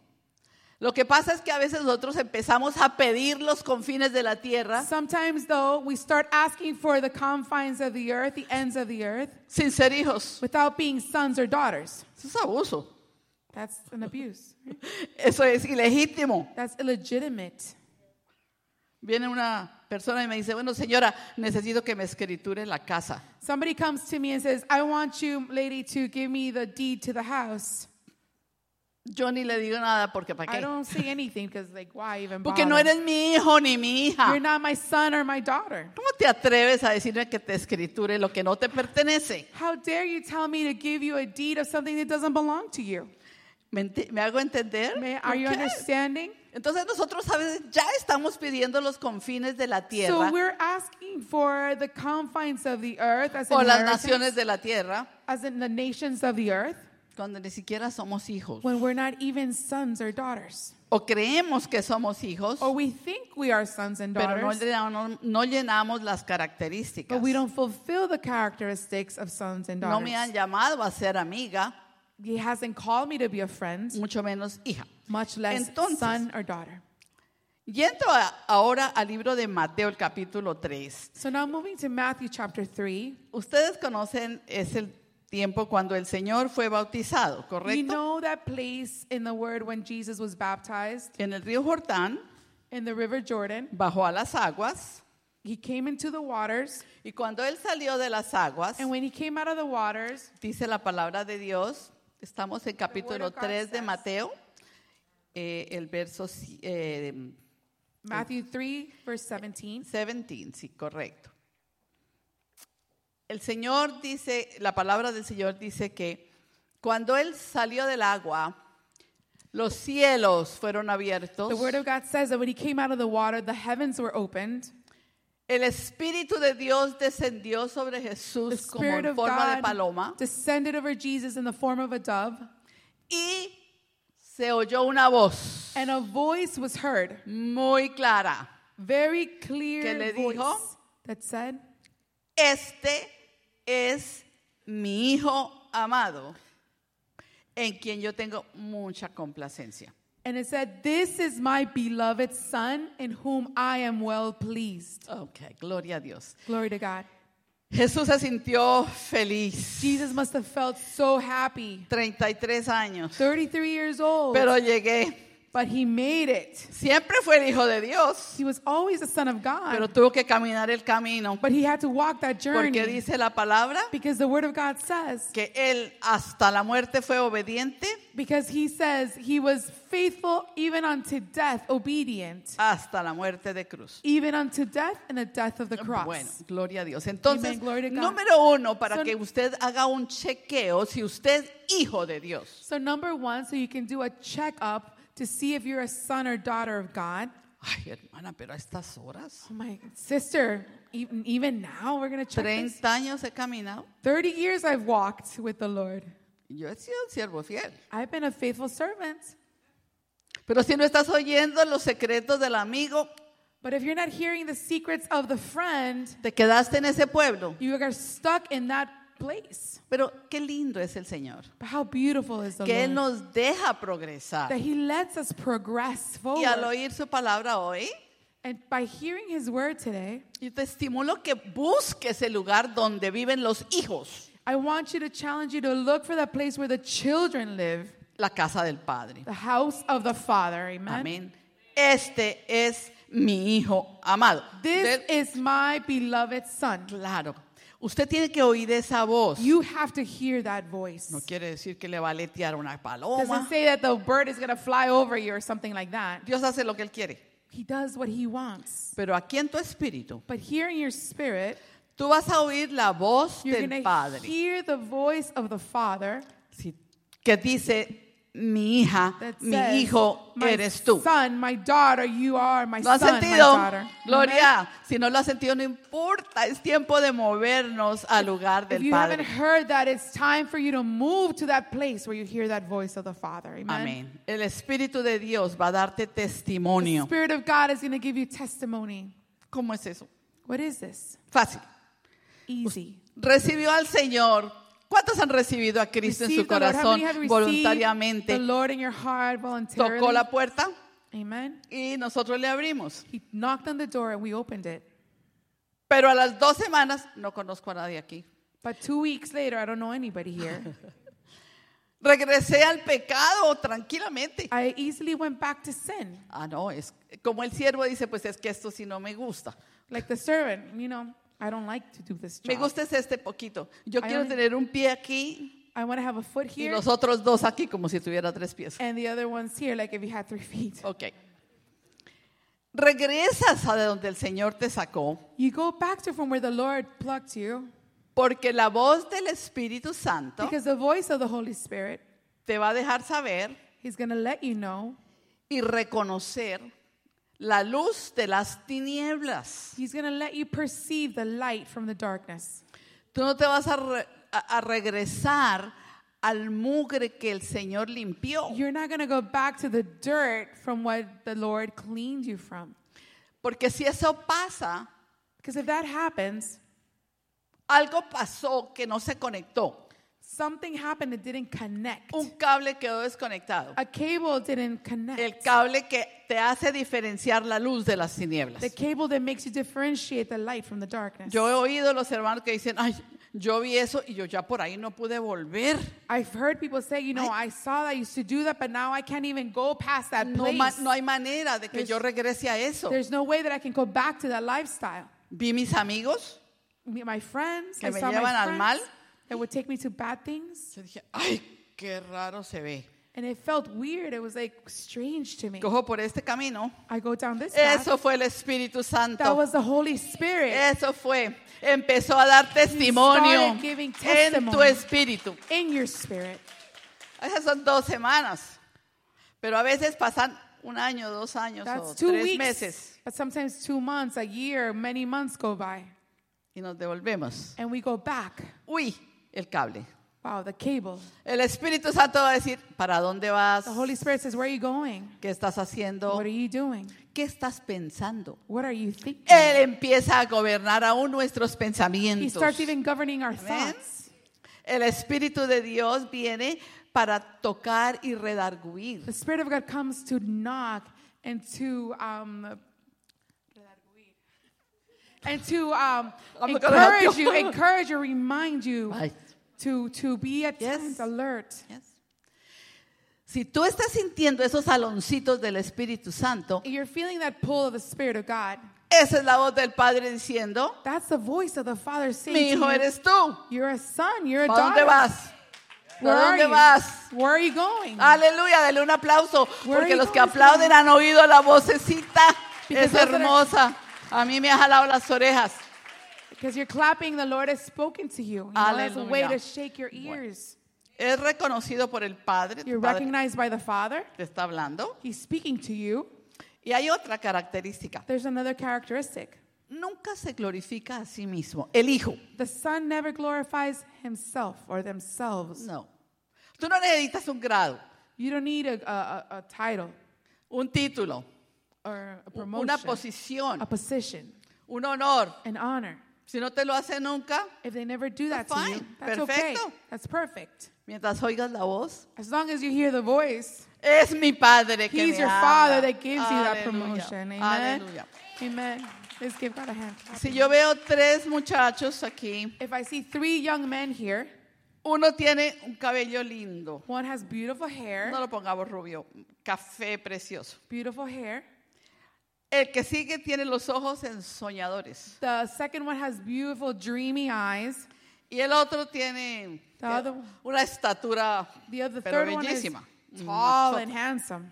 Speaker 1: Lo que pasa es que a veces nosotros empezamos a pedir los confines de la tierra
Speaker 2: Sometimes, though, we start asking for the confines of the earth, the ends of the earth,
Speaker 1: sin ser hijos.
Speaker 2: without being sons or daughters.
Speaker 1: Eso es abuso.
Speaker 2: That's an abuse. right?
Speaker 1: Eso es ilegítimo.
Speaker 2: That's illegitimate.
Speaker 1: Viene una persona y me dice, bueno señora, necesito que me escriture la casa.
Speaker 2: Somebody comes to me and says, I want you, lady, to give me the deed to the house.
Speaker 1: Yo ni le digo nada porque para
Speaker 2: I
Speaker 1: qué.
Speaker 2: don't say anything because, like, why even bother?
Speaker 1: Porque no eres mi hijo ni mi hija.
Speaker 2: You're not my son or my daughter.
Speaker 1: ¿Cómo te atreves a decirme que te escriture lo que no te pertenece?
Speaker 2: How dare you tell me to give you a deed of something that doesn't belong to you?
Speaker 1: ¿Me, enti- me hago entender?
Speaker 2: May, are you
Speaker 1: Ok.
Speaker 2: understanding?
Speaker 1: Entonces nosotros a veces ya estamos pidiendo los confines de la tierra
Speaker 2: So we're asking for the confines of the earth as,
Speaker 1: o las
Speaker 2: inheritance,
Speaker 1: naciones de la tierra
Speaker 2: as in the nations of the earth
Speaker 1: cuando ni siquiera somos hijos
Speaker 2: when we're not even sons or daughters.
Speaker 1: o creemos que somos hijos,
Speaker 2: Or we think we are sons and
Speaker 1: pero no
Speaker 2: Oh, daughters,
Speaker 1: llenamos, no llenamos las características.
Speaker 2: but we don't fulfill the characteristics of sons and
Speaker 1: No
Speaker 2: daughters.
Speaker 1: me han llamado a ser amiga,
Speaker 2: He hasn't called me to be a friend,
Speaker 1: mucho menos hija.
Speaker 2: much less
Speaker 1: Mm. Entonces-
Speaker 2: son or daughter.
Speaker 1: Yendo a- ahora al libro de Mateo, el capítulo 3.
Speaker 2: So now moving to Matthew chapter 3.
Speaker 1: Ustedes conocen es el tiempo cuando el Señor fue bautizado,
Speaker 2: You
Speaker 1: ¿correcto?
Speaker 2: know that place in the word when Jesus was baptized
Speaker 1: En el río Jordán
Speaker 2: in the river Jordan.
Speaker 1: bajó a las aguas
Speaker 2: He came into the waters,
Speaker 1: y cuando él salió de las aguas,
Speaker 2: and when he came out of the waters,
Speaker 1: dice la palabra de Dios, estamos en capítulo
Speaker 2: of God
Speaker 1: 3 de
Speaker 2: says-
Speaker 1: Mateo, eh, el verso si- eh,
Speaker 2: Matthew 3, verse 17.
Speaker 1: 17, sí, correcto. El Señor dice, la palabra del Señor dice que cuando él salió del agua, los cielos fueron abiertos.
Speaker 2: The word of God says that when he came out of the water, the heavens were opened.
Speaker 1: El Espíritu de Dios descendió sobre
Speaker 2: The
Speaker 1: Jesús como
Speaker 2: Spirit
Speaker 1: en
Speaker 2: of
Speaker 1: forma de
Speaker 2: God
Speaker 1: paloma
Speaker 2: descended over Jesus in the form of a dove,
Speaker 1: y se oyó una voz
Speaker 2: and a voice was heard,
Speaker 1: muy clara.
Speaker 2: very clear
Speaker 1: Que le
Speaker 2: voice
Speaker 1: dijo,
Speaker 2: that said,
Speaker 1: Este es mi Hijo amado, en quien yo tengo mucha complacencia.
Speaker 2: and it said, This is my beloved son in whom I am well pleased.
Speaker 1: Ok, gloria a Dios.
Speaker 2: Glory to God.
Speaker 1: Jesús se sintió feliz,
Speaker 2: Jesus must have felt so happy.
Speaker 1: 33 años,
Speaker 2: 33 years old,
Speaker 1: pero llegué
Speaker 2: but he made it.
Speaker 1: Siempre fue el hijo de Dios,
Speaker 2: He was always the son of God,
Speaker 1: pero tuvo que caminar el camino.
Speaker 2: but he had to walk that journey
Speaker 1: Porque dice la palabra
Speaker 2: because the word of God says,
Speaker 1: que él hasta la muerte fue obediente,
Speaker 2: because he says he was faithful even unto death, obedient,
Speaker 1: hasta la muerte de cruz.
Speaker 2: even unto death and the death of the cross.
Speaker 1: Ah, Bueno, gloria a Dios. Entonces,
Speaker 2: Amen, glory to God.
Speaker 1: número uno, para
Speaker 2: Son-
Speaker 1: que usted haga un chequeo si usted es hijo de Dios.
Speaker 2: So number one, so you can do a checkup to see if you're a son or daughter of God.
Speaker 1: Ay, hermana, pero a estas horas,
Speaker 2: Oh my sister, even even now we're gonna check. this.
Speaker 1: 30 años he caminado.
Speaker 2: Thirty years I've walked with the Lord.
Speaker 1: Yo he sido un siervo fiel.
Speaker 2: I've been a faithful servant.
Speaker 1: Pero si no estás oyendo los secretos del amigo,
Speaker 2: But if you're not hearing the secrets of the friend,
Speaker 1: te quedaste en ese pueblo.
Speaker 2: you are stuck in that place.
Speaker 1: Pero qué lindo es el Señor,
Speaker 2: But how beautiful is the
Speaker 1: que Él
Speaker 2: Lord
Speaker 1: nos deja progresar.
Speaker 2: that He lets us progress
Speaker 1: Y al
Speaker 2: forward.
Speaker 1: oír su palabra hoy,
Speaker 2: And by hearing His word today,
Speaker 1: yo te estimulo que busques el lugar donde viven los hijos,
Speaker 2: I want you to challenge you to look for that place where the children live,
Speaker 1: la casa del Padre.
Speaker 2: the house of the Father. Amen.
Speaker 1: Amén. Este es mi hijo amado.
Speaker 2: This
Speaker 1: Usted-
Speaker 2: is my beloved son.
Speaker 1: claro. Usted tiene que oír esa voz.
Speaker 2: You have to hear that voice.
Speaker 1: No quiere decir que le va a letear una
Speaker 2: Doesn't
Speaker 1: paloma.
Speaker 2: say that the bird is going to fly over you or something like that.
Speaker 1: Dios hace lo que Él quiere.
Speaker 2: He does what he wants.
Speaker 1: Pero aquí en tu espíritu
Speaker 2: But here in your spirit,
Speaker 1: Tú vas a oír la voz
Speaker 2: you're
Speaker 1: del
Speaker 2: going to
Speaker 1: Padre
Speaker 2: hear the voice of the Father
Speaker 1: sí, que dice, mi hija,
Speaker 2: that
Speaker 1: mi
Speaker 2: says,
Speaker 1: hijo
Speaker 2: "My
Speaker 1: eres tú.
Speaker 2: son, my daughter, you are my
Speaker 1: ¿Lo has
Speaker 2: son, my
Speaker 1: sentido?
Speaker 2: daughter." Amen.
Speaker 1: Gloria, si no lo has sentido, no importa, es tiempo de movernos al lugar
Speaker 2: If
Speaker 1: del
Speaker 2: you haven't
Speaker 1: Padre.
Speaker 2: heard that, it's time for you to move to that place where you hear that voice of the Father. Amen.
Speaker 1: Amén. El Espíritu de Dios va a darte
Speaker 2: The
Speaker 1: testimonio.
Speaker 2: Spirit of God is going to give you testimony.
Speaker 1: ¿Cómo es eso?
Speaker 2: What is this?
Speaker 1: Fácil.
Speaker 2: Easy.
Speaker 1: Recibió al Señor. ¿Cuántos han recibido a Cristo en su
Speaker 2: Receive the Lord. How
Speaker 1: corazón
Speaker 2: many have received The
Speaker 1: voluntariamente?
Speaker 2: Lord in your heart voluntarily.
Speaker 1: Tocó la puerta
Speaker 2: Amen.
Speaker 1: y nosotros le abrimos.
Speaker 2: He knocked on the door and we opened it.
Speaker 1: Pero a las dos semanas no conozco a nadie aquí.
Speaker 2: But two weeks later, I don't know anybody here.
Speaker 1: Regresé al pecado tranquilamente.
Speaker 2: I easily went back to sin,
Speaker 1: Ah, no, es como el siervo dice, pues es que esto sí no me gusta.
Speaker 2: like the servant. You know, I don't like to do this
Speaker 1: Me
Speaker 2: job.
Speaker 1: gusta es este poquito. Yo
Speaker 2: I
Speaker 1: quiero
Speaker 2: only-
Speaker 1: tener un pie aquí
Speaker 2: I want to have a foot
Speaker 1: y
Speaker 2: here
Speaker 1: los otros dos aquí, como si tuviera tres pies.
Speaker 2: and the other one's here, like if you had three feet.
Speaker 1: Ok. Regresas a de donde el Señor te sacó,
Speaker 2: You go back to from where the Lord plucked you
Speaker 1: porque la voz del Espíritu Santo
Speaker 2: because the voice of the Holy Spirit,
Speaker 1: te va a dejar saber
Speaker 2: He's going to let you know.
Speaker 1: y reconocer la luz de las tinieblas.
Speaker 2: He's going to let you perceive the light from the darkness.
Speaker 1: Tú no te vas a, re- a- a regresar al mugre que el Señor limpió,
Speaker 2: You're not going to go back to the dirt from what the Lord cleaned you from.
Speaker 1: porque si eso pasa,
Speaker 2: Because if that happens,
Speaker 1: algo pasó que no se conectó,
Speaker 2: something happened that didn't connect.
Speaker 1: un cable quedó desconectado,
Speaker 2: A cable didn't
Speaker 1: Oh. el
Speaker 2: connect.
Speaker 1: cable que te hace diferenciar la luz de las tinieblas.
Speaker 2: The cable that makes you differentiate the light from the darkness.
Speaker 1: Yo he oído a los hermanos que dicen, ay, yo vi eso y yo ya por ahí no pude volver,
Speaker 2: I've heard people say, you know, I saw that, I used to do that, but now I can't even go past that
Speaker 1: no, ma-
Speaker 2: place.
Speaker 1: no hay manera de que yo regrese a eso.
Speaker 2: There's no way that I can go back to that lifestyle.
Speaker 1: Vi mis amigos,
Speaker 2: Me- My friends,
Speaker 1: Que
Speaker 2: I
Speaker 1: me
Speaker 2: saw
Speaker 1: llevan
Speaker 2: my
Speaker 1: al mal.
Speaker 2: friends that would take me to bad things.
Speaker 1: yo dije, ay, qué raro se ve.
Speaker 2: And it felt weird. It was like strange to me.
Speaker 1: Cojo por este camino.
Speaker 2: I go down this path.
Speaker 1: Eso fue el Espíritu
Speaker 2: That
Speaker 1: Santo.
Speaker 2: was the Holy Spirit
Speaker 1: Eso fue. Empezó a dar testimonio
Speaker 2: started giving
Speaker 1: en tu
Speaker 2: testimony.
Speaker 1: espíritu.
Speaker 2: in your spirit.
Speaker 1: Esas son dos semanas. Pero a veces pasan un año, dos años
Speaker 2: That's
Speaker 1: o
Speaker 2: two
Speaker 1: tres
Speaker 2: weeks.
Speaker 1: meses
Speaker 2: But sometimes two months, a year, many months go by.
Speaker 1: y nos devolvemos.
Speaker 2: And we go back.
Speaker 1: Uy, el cable.
Speaker 2: Wow, the cable.
Speaker 1: El Espíritu Santo va a decir, ¿para dónde vas?
Speaker 2: The Holy Spirit says, Where are you going?
Speaker 1: ¿Qué estás haciendo?
Speaker 2: What are you doing?
Speaker 1: ¿Qué estás pensando?
Speaker 2: What are you thinking?
Speaker 1: Él empieza a gobernar aún nuestros
Speaker 2: He
Speaker 1: pensamientos.
Speaker 2: starts even governing our
Speaker 1: Amen.
Speaker 2: thoughts.
Speaker 1: El Espíritu de Dios viene para tocar y redarguir.
Speaker 2: The Spirit of God comes to knock and to um, and to um,
Speaker 1: I'm gonna help
Speaker 2: encourage
Speaker 1: you.
Speaker 2: you, encourage you, remind you
Speaker 1: Ay.
Speaker 2: to to be at
Speaker 1: Yes.
Speaker 2: times alert.
Speaker 1: Yes. Si tú estás sintiendo esos aloncitos del Espíritu Santo,
Speaker 2: You're feeling that pull of the Spirit of God.
Speaker 1: esa es la voz del Padre diciendo,
Speaker 2: That's the voice of the Father saying,
Speaker 1: mi
Speaker 2: to
Speaker 1: hijo
Speaker 2: you,
Speaker 1: eres tú.
Speaker 2: You're a son, you're a
Speaker 1: ¿Para dónde
Speaker 2: daughter.
Speaker 1: vas?
Speaker 2: Where
Speaker 1: ¿Para
Speaker 2: are
Speaker 1: dónde
Speaker 2: you?
Speaker 1: vas? Ah.
Speaker 2: Where are you going?
Speaker 1: Aleluya, dale un aplauso,
Speaker 2: Where
Speaker 1: porque
Speaker 2: are you
Speaker 1: los que
Speaker 2: going,
Speaker 1: aplauden han oído la vocecita,
Speaker 2: Because
Speaker 1: es
Speaker 2: those that are-
Speaker 1: hermosa. A mí me ha jalado las orejas.
Speaker 2: Because you're clapping, the Lord has spoken to you. you know, that's a way
Speaker 1: Aleluya.
Speaker 2: to shake your ears.
Speaker 1: Es reconocido por el Padre,
Speaker 2: You're
Speaker 1: tu Padre
Speaker 2: recognized by the Father.
Speaker 1: te está hablando.
Speaker 2: He's speaking to you.
Speaker 1: Y hay otra característica,
Speaker 2: There's another characteristic.
Speaker 1: nunca se glorifica a sí mismo, el Hijo.
Speaker 2: The Son never glorifies himself or themselves.
Speaker 1: No. Tú no necesitas un grado,
Speaker 2: You don't need a, a, a- a title
Speaker 1: un título,
Speaker 2: or a promotion,
Speaker 1: una posición,
Speaker 2: a position,
Speaker 1: un honor.
Speaker 2: an honor.
Speaker 1: Si no te lo hace nunca,
Speaker 2: If they never do that
Speaker 1: That's
Speaker 2: to you,
Speaker 1: fine.
Speaker 2: that's okay.
Speaker 1: Perfecto.
Speaker 2: That's perfect.
Speaker 1: mientras oigas la voz,
Speaker 2: As long as you hear the voice,
Speaker 1: es mi Padre que
Speaker 2: He's
Speaker 1: me
Speaker 2: your
Speaker 1: habla.
Speaker 2: Father that gives you that
Speaker 1: Aleluya,
Speaker 2: promotion. Amen.
Speaker 1: Aleluya.
Speaker 2: Amen. Let's give God a hand. clap.
Speaker 1: Si yo veo tres muchachos aquí,
Speaker 2: If I see three young men here,
Speaker 1: uno tiene un cabello lindo,
Speaker 2: one has beautiful hair,
Speaker 1: no lo pongamos rubio, café precioso.
Speaker 2: beautiful hair.
Speaker 1: El que sigue tiene los ojos ensoñadores
Speaker 2: The second one has beautiful dreamy eyes.
Speaker 1: y el otro tiene eh,
Speaker 2: The other one.
Speaker 1: una estatura
Speaker 2: The other
Speaker 1: Pero
Speaker 2: third one is
Speaker 1: bellísima.
Speaker 2: tall
Speaker 1: Machota.
Speaker 2: and handsome.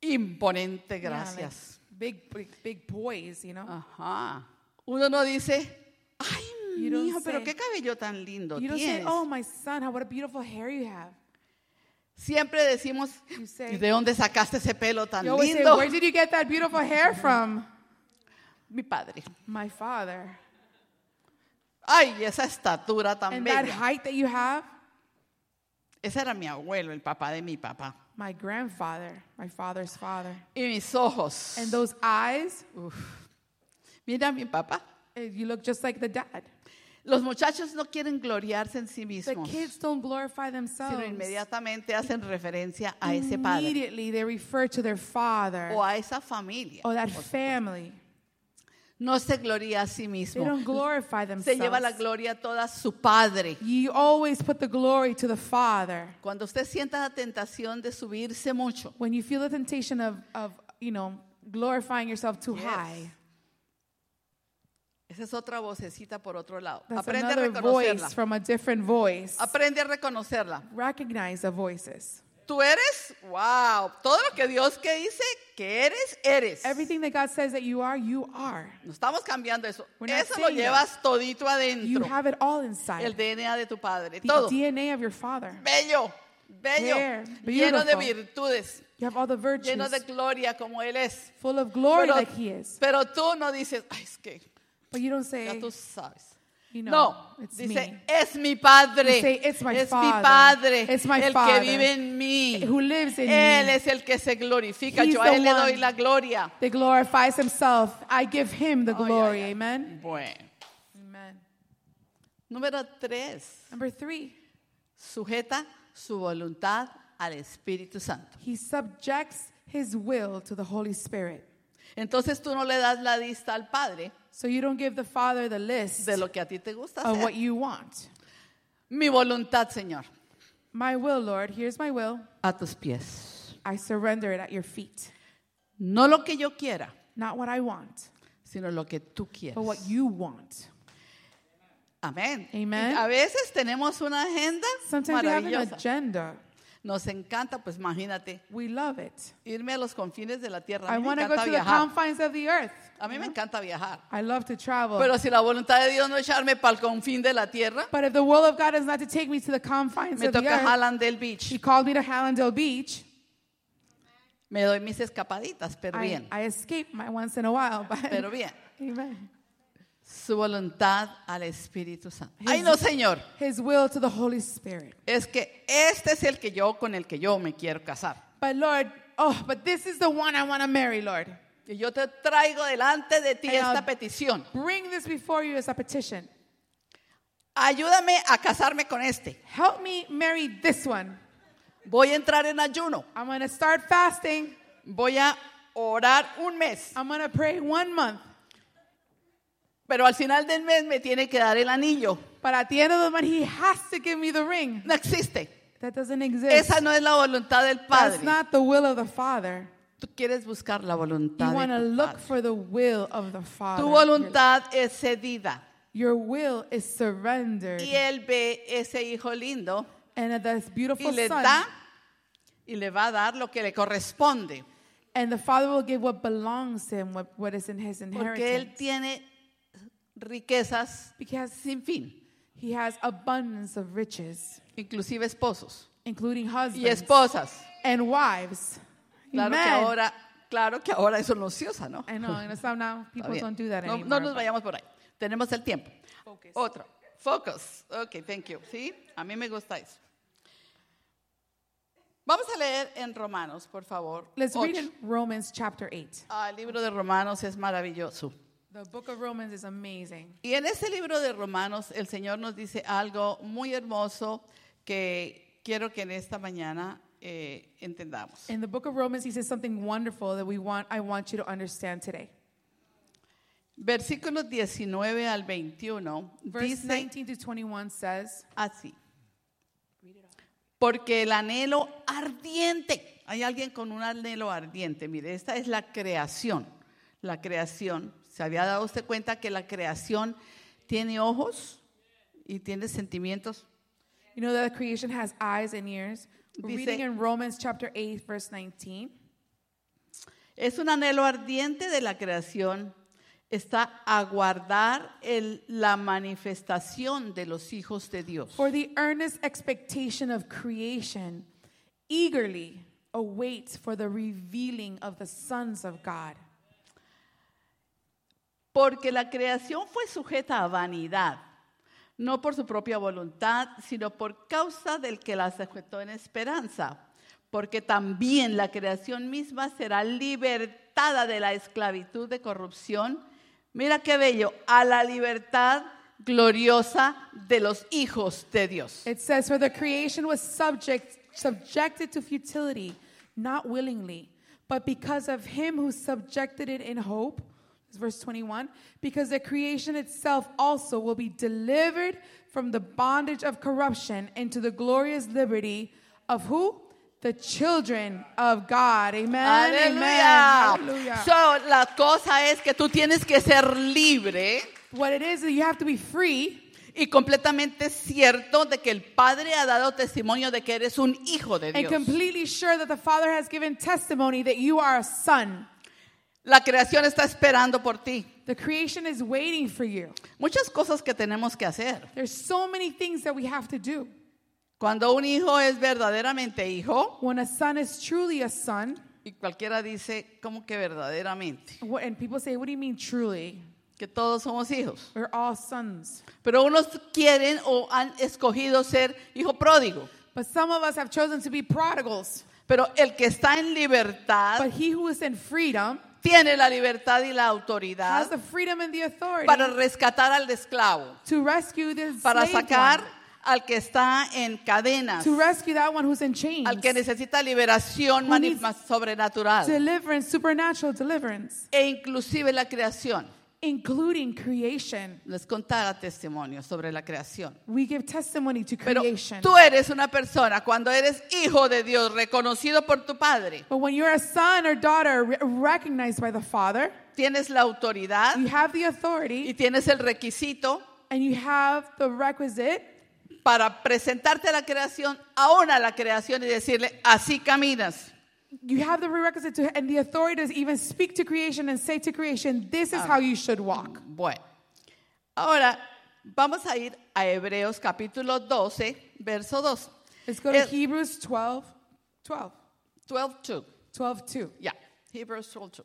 Speaker 1: imponente,
Speaker 2: Yeah, like
Speaker 1: gracias. Ah,
Speaker 2: big, big, big boys, you know.
Speaker 1: Ajá. Uno no dice, ay,
Speaker 2: You don't
Speaker 1: mijo, pero
Speaker 2: say-
Speaker 1: qué cabello tan lindo
Speaker 2: you don't say,
Speaker 1: tienes.
Speaker 2: "Oh, my son, how what a beautiful hair you have."
Speaker 1: Siempre decimos,
Speaker 2: You
Speaker 1: "¿Y
Speaker 2: say,
Speaker 1: de dónde sacaste ese pelo tan
Speaker 2: you always say,
Speaker 1: lindo?
Speaker 2: "Where did you get that beautiful hair from?"
Speaker 1: Mi padre.
Speaker 2: My father.
Speaker 1: Ay, esa estatura tan
Speaker 2: And
Speaker 1: bella.
Speaker 2: that height that you have,
Speaker 1: Ese era mi abuelo, el papá de mi papá.
Speaker 2: my grandfather, my father's father.
Speaker 1: Y mis ojos.
Speaker 2: And those eyes,
Speaker 1: Mira a mi papá.
Speaker 2: eh, you look just like the dad.
Speaker 1: Los muchachos no quieren gloriarse en sí
Speaker 2: The
Speaker 1: mismos,
Speaker 2: kids don't glorify
Speaker 1: sino
Speaker 2: themselves.
Speaker 1: inmediatamente hacen referencia a ese padre
Speaker 2: Immediately they refer to their father
Speaker 1: o a esa familia.
Speaker 2: or that family.
Speaker 1: No se gloria a sí
Speaker 2: They
Speaker 1: mismo.
Speaker 2: don't glorify
Speaker 1: Se lleva la
Speaker 2: themselves.
Speaker 1: gloria toda a su padre.
Speaker 2: You always put the glory to the Father.
Speaker 1: Cuando usted sienta la tentación de subirse mucho,
Speaker 2: When you feel the temptation of, of you know, glorifying yourself too
Speaker 1: Yes.
Speaker 2: high,
Speaker 1: esa es otra vocecita por otro lado.
Speaker 2: that's
Speaker 1: Aprende a
Speaker 2: another voice
Speaker 1: reconocerla.
Speaker 2: from a different voice.
Speaker 1: Aprende a reconocerla.
Speaker 2: Recognize the voices.
Speaker 1: Tú eres, wow, todo lo que Dios que dice que eres, eres.
Speaker 2: Everything that God says that you are, you are.
Speaker 1: No estamos cambiando eso.
Speaker 2: We're not
Speaker 1: Eso lo
Speaker 2: saying that.
Speaker 1: llevas todito
Speaker 2: You
Speaker 1: adentro.
Speaker 2: have it all inside.
Speaker 1: El DNA de tu padre,
Speaker 2: the
Speaker 1: todo.
Speaker 2: DNA of your Father.
Speaker 1: Bello, bello,
Speaker 2: There,
Speaker 1: lleno de
Speaker 2: beautiful.
Speaker 1: virtudes,
Speaker 2: You have all the virtues,
Speaker 1: lleno de gloria como él es.
Speaker 2: full of glory
Speaker 1: Pero,
Speaker 2: like He is.
Speaker 1: pero tú no dices, ay, es que
Speaker 2: But you don't say,
Speaker 1: ya tú sabes.
Speaker 2: you know,
Speaker 1: No,
Speaker 2: it's
Speaker 1: dice,
Speaker 2: me.
Speaker 1: es mi padre,
Speaker 2: You say, "It's my
Speaker 1: es mi
Speaker 2: father.
Speaker 1: padre,
Speaker 2: It's my
Speaker 1: el que
Speaker 2: father
Speaker 1: vive en mí.
Speaker 2: who lives in
Speaker 1: él
Speaker 2: me.
Speaker 1: es el que se glorifica,
Speaker 2: He's
Speaker 1: yo a
Speaker 2: the
Speaker 1: él le doy
Speaker 2: one.
Speaker 1: la gloria.
Speaker 2: That glorifies Himself. I give Him the
Speaker 1: Ay, ay,
Speaker 2: glory.
Speaker 1: ay.
Speaker 2: Amen.
Speaker 1: Bueno.
Speaker 2: Amen.
Speaker 1: Número tres,
Speaker 2: Number three,
Speaker 1: sujeta su voluntad al Espíritu Santo.
Speaker 2: he subjects his will to the Holy Spirit.
Speaker 1: Entonces tú no le das la lista al Padre
Speaker 2: So you don't give the Father the list
Speaker 1: de lo que a ti te gusta
Speaker 2: of what
Speaker 1: hacer.
Speaker 2: you want.
Speaker 1: Mi voluntad, Señor,
Speaker 2: My will, Lord, here's my will.
Speaker 1: a tus pies.
Speaker 2: I surrender it at your feet.
Speaker 1: No lo que yo quiera,
Speaker 2: Not what I want,
Speaker 1: sino lo que tú quieras.
Speaker 2: but what you want.
Speaker 1: Amén.
Speaker 2: Amen.
Speaker 1: Y A veces tenemos una agenda
Speaker 2: Sometimes we have an
Speaker 1: maravillosa.
Speaker 2: agenda.
Speaker 1: Nos encanta, pues imagínate,
Speaker 2: We love it.
Speaker 1: irme a los confines de la tierra.
Speaker 2: I
Speaker 1: A mí me
Speaker 2: want to go
Speaker 1: encanta
Speaker 2: to the
Speaker 1: viajar.
Speaker 2: confines of the earth.
Speaker 1: A mí me encanta viajar.
Speaker 2: I love to travel.
Speaker 1: Pero si la voluntad de Dios no es echarme para el confín de la tierra,
Speaker 2: but if the will of God is not to take me to the confines
Speaker 1: me
Speaker 2: of the
Speaker 1: toca
Speaker 2: earth,
Speaker 1: Hallandale Beach.
Speaker 2: He called me to Hallandale Beach.
Speaker 1: Me doy mis escapaditas, pero
Speaker 2: I,
Speaker 1: bien.
Speaker 2: I escape my once in a while, but
Speaker 1: Pero bien.
Speaker 2: Amen.
Speaker 1: Su voluntad al Espíritu Santo.
Speaker 2: His-
Speaker 1: Ay, no, Señor.
Speaker 2: His will to the Holy Spirit.
Speaker 1: Es que este es el que yo con el que yo me quiero casar.
Speaker 2: But Lord, oh, but this is the one I want to marry, Lord.
Speaker 1: Y yo te traigo delante de ti
Speaker 2: And I'll-
Speaker 1: esta petición.
Speaker 2: Bring this before you as a petition.
Speaker 1: Ayúdame a casarme con este.
Speaker 2: Help me marry this one.
Speaker 1: Voy a entrar en ayuno.
Speaker 2: I'm going to start fasting.
Speaker 1: Voy a orar un mes.
Speaker 2: I'm going to pray one month.
Speaker 1: Pero al final del mes me tiene que dar el anillo.
Speaker 2: But at the end of the month, he has to give me the ring.
Speaker 1: No existe.
Speaker 2: That doesn't exist.
Speaker 1: Esa no es la voluntad del Padre.
Speaker 2: That's not the will of the Father.
Speaker 1: Tú quieres buscar la
Speaker 2: You
Speaker 1: voluntad
Speaker 2: want to
Speaker 1: de tu
Speaker 2: look
Speaker 1: Padre.
Speaker 2: for the will of the Father.
Speaker 1: Tu voluntad es cedida.
Speaker 2: Your will is surrendered.
Speaker 1: Y él ve ese hijo lindo
Speaker 2: And this
Speaker 1: y
Speaker 2: beautiful
Speaker 1: le
Speaker 2: son.
Speaker 1: da y le va a dar lo que le corresponde.
Speaker 2: And the Father will give what belongs to him, what, what is in his
Speaker 1: Porque él
Speaker 2: inheritance.
Speaker 1: tiene riquezas
Speaker 2: Because
Speaker 1: sin fin,
Speaker 2: he has abundance of riches,
Speaker 1: inclusive esposos
Speaker 2: including
Speaker 1: y
Speaker 2: husbands
Speaker 1: esposas.
Speaker 2: and wives.
Speaker 1: Claro que
Speaker 2: Amen.
Speaker 1: ahora, claro que ahora eso no ociosa, ¿no?
Speaker 2: I know, and it's not now
Speaker 1: Está
Speaker 2: people
Speaker 1: bien.
Speaker 2: don't do that
Speaker 1: no,
Speaker 2: anymore.
Speaker 1: no nos
Speaker 2: but-
Speaker 1: vayamos por ahí. Tenemos el tiempo.
Speaker 2: Focus.
Speaker 1: Otro. Focus. Ok, thank you. Sí, a mí me gusta eso. Vamos a leer en Romanos, por favor.
Speaker 2: Let's read
Speaker 1: ocho.
Speaker 2: in Romans chapter 8.
Speaker 1: Ah, el libro de Romanos es maravilloso.
Speaker 2: The book of Romans is amazing.
Speaker 1: Y en este libro de Romanos el Señor nos dice algo muy hermoso que quiero que en esta mañana eh, entendamos.
Speaker 2: In the book of Romans, he says something wonderful that we want, I want you to understand today.
Speaker 1: Versículos 19 al 21
Speaker 2: Verse
Speaker 1: dice
Speaker 2: 19 to 21 says,
Speaker 1: así. Porque el anhelo ardiente, hay alguien con un anhelo ardiente, mire, esta es la creación, la creación. ¿Se había dado usted cuenta que la creación tiene ojos y tiene sentimientos?
Speaker 2: You know that creation has eyes and ears. We're
Speaker 1: Dice-
Speaker 2: reading in Romans chapter 8, verse 19.
Speaker 1: Es un anhelo ardiente de la creación. Está aguardar el- la manifestación de los hijos de Dios.
Speaker 2: For the earnest expectation of creation eagerly awaits for the revealing of the sons of God.
Speaker 1: Porque la creación fue sujeta a vanidad, no por su propia voluntad, sino por causa del que la sujetó en esperanza. Porque también la creación misma será libertada de la esclavitud de corrupción. Mira qué bello, a la libertad gloriosa de los hijos de Dios.
Speaker 2: It says, For the creation was subject, subjected to futility, not willingly, but because of him who subjected it in hope. It's Verse 21 Because the creation itself also will be delivered from the bondage of corruption into the glorious liberty of who? The children of God. Amen. Amen.
Speaker 1: Aleluya.
Speaker 2: Hallelujah.
Speaker 1: So, la cosa es que tú tienes que ser libre
Speaker 2: what it is, is you have to be free.
Speaker 1: y completamente cierto de que el Padre ha dado testimonio de que eres un hijo de
Speaker 2: And
Speaker 1: Dios.
Speaker 2: completely sure that the Father has given testimony that you are a son.
Speaker 1: La creación está esperando por ti.
Speaker 2: The creation is waiting for you.
Speaker 1: Muchas cosas que tenemos que hacer.
Speaker 2: There's so many things that we have to do.
Speaker 1: Cuando un hijo es verdaderamente hijo,
Speaker 2: When a son is truly a son,
Speaker 1: y cualquiera dice, ¿cómo que verdaderamente?
Speaker 2: wh- and people say, What do you mean truly?
Speaker 1: Que todos somos hijos.
Speaker 2: We're all sons.
Speaker 1: Pero unos quieren o han escogido ser hijo pródigo.
Speaker 2: But some of us have chosen to be prodigals.
Speaker 1: Pero el que está en libertad
Speaker 2: But he who is in freedom
Speaker 1: tiene la libertad y la autoridad
Speaker 2: has the freedom and the authority
Speaker 1: para rescatar al esclavo,
Speaker 2: to rescue this
Speaker 1: para
Speaker 2: slave
Speaker 1: sacar
Speaker 2: one,
Speaker 1: al que está en cadenas,
Speaker 2: to rescue that one who's in chains,
Speaker 1: al que necesita liberación
Speaker 2: Who needs-
Speaker 1: manif- sobrenatural
Speaker 2: deliverance, supernatural deliverance,
Speaker 1: e inclusive la creación.
Speaker 2: including creation.
Speaker 1: Les contara testimonio sobre la creación.
Speaker 2: We give testimony to
Speaker 1: Pero
Speaker 2: creation.
Speaker 1: tú eres una persona cuando eres hijo de Dios, reconocido por tu padre,
Speaker 2: But when you're a son or daughter re- recognized by the Father,
Speaker 1: tienes la autoridad
Speaker 2: you have the
Speaker 1: y
Speaker 2: authority
Speaker 1: tienes el requisito
Speaker 2: and you have the requisite
Speaker 1: para presentarte a la creación, aún a la creación y decirle, así caminas.
Speaker 2: you have the prerequisite to, and the authority to even speak to creation and say to creation, this is
Speaker 1: Ah.
Speaker 2: how you should walk.
Speaker 1: Bueno, ahora vamos a ir a Hebreos capítulo 12, verso 2.
Speaker 2: Let's go to
Speaker 1: Eh,
Speaker 2: Hebrews 12, 12,
Speaker 1: 12, 2.
Speaker 2: 12, 2.
Speaker 1: Ya, Hebreos 12, 2.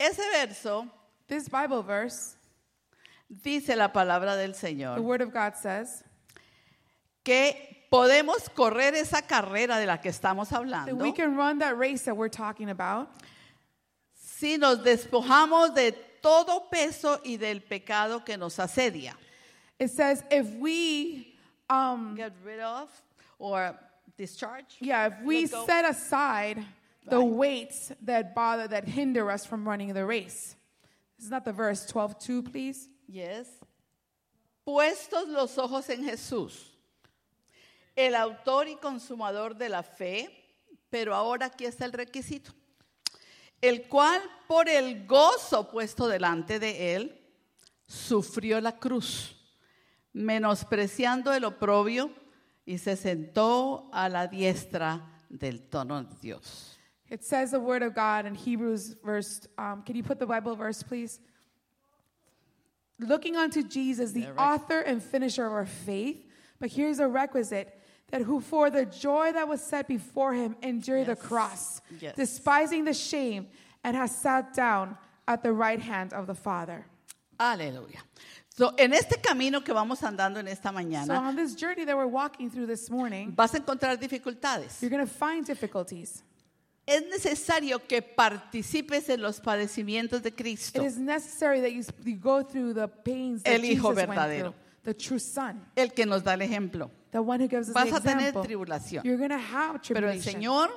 Speaker 1: Ese verso
Speaker 2: This Bible verse,
Speaker 1: dice la palabra del
Speaker 2: the
Speaker 1: Señor.
Speaker 2: Word of God says
Speaker 1: que podemos correr esa carrera de la que estamos
Speaker 2: that we
Speaker 1: hablando
Speaker 2: can run that race that we're talking about
Speaker 1: si nos despojamos de todo peso y del pecado que nos asedia.
Speaker 2: It says if we, um,
Speaker 1: Get rid of or discharge.
Speaker 2: yeah, if we
Speaker 1: Let go.
Speaker 2: set aside the
Speaker 1: Right.
Speaker 2: weights that bother, that hinder us from running the race. This is not the verse 12, 2, please.
Speaker 1: Yes. Puestos los ojos en Jesús, el autor y consumador de la fe, pero ahora aquí está el requisito, el cual por el gozo puesto delante de él, sufrió la cruz, menospreciando el oprobio, y se sentó a la diestra del trono de Dios.
Speaker 2: It says the word of God in Hebrews verse. Um, can you put the Bible verse, please? Looking unto Jesus, the author and finisher of our faith. But here's a requisite that who for the joy that was set before him endured the
Speaker 1: Yes.
Speaker 2: cross,
Speaker 1: Yes.
Speaker 2: despising the shame, and has sat down at the right hand of the Father.
Speaker 1: Aleluya. So, en este camino que vamos andando en esta
Speaker 2: So
Speaker 1: mañana,
Speaker 2: on this journey that we're walking through this morning,
Speaker 1: vas a encontrar dificultades.
Speaker 2: you're going to find difficulties.
Speaker 1: Es necesario que participes en los padecimientos de Cristo,
Speaker 2: It is necessary that you, you go through the pains that
Speaker 1: El
Speaker 2: Jesus
Speaker 1: Hijo
Speaker 2: went
Speaker 1: verdadero.
Speaker 2: through. The true Son,
Speaker 1: el que nos da el ejemplo.
Speaker 2: the one who gives us
Speaker 1: Vas
Speaker 2: the
Speaker 1: a tener
Speaker 2: example.
Speaker 1: tribulación,
Speaker 2: You're going to have
Speaker 1: pero el
Speaker 2: tribulation.
Speaker 1: Señor,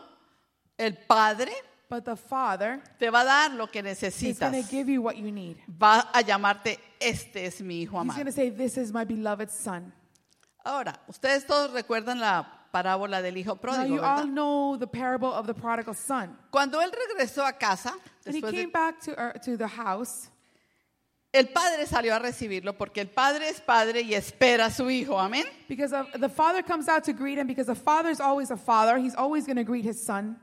Speaker 1: el Padre,
Speaker 2: But the Father
Speaker 1: te va a dar lo que
Speaker 2: is
Speaker 1: necesitas.
Speaker 2: going to give you what you need.
Speaker 1: Va a llamarte, este es mi hijo
Speaker 2: He's
Speaker 1: amado.
Speaker 2: going to say, This is my beloved Son.
Speaker 1: Ahora, ustedes todos recuerdan la parábola del hijo
Speaker 2: Now,
Speaker 1: pródigo,
Speaker 2: you all
Speaker 1: ¿verdad?
Speaker 2: know the parable of the prodigal son.
Speaker 1: Cuando él regresó a casa,
Speaker 2: When he
Speaker 1: después de-
Speaker 2: came back to, ear- to the house,
Speaker 1: el padre salió a recibirlo porque el padre es padre y espera a su hijo, amén.
Speaker 2: because of, the father comes out to greet him, because the father is always a father, he's always going to greet his son.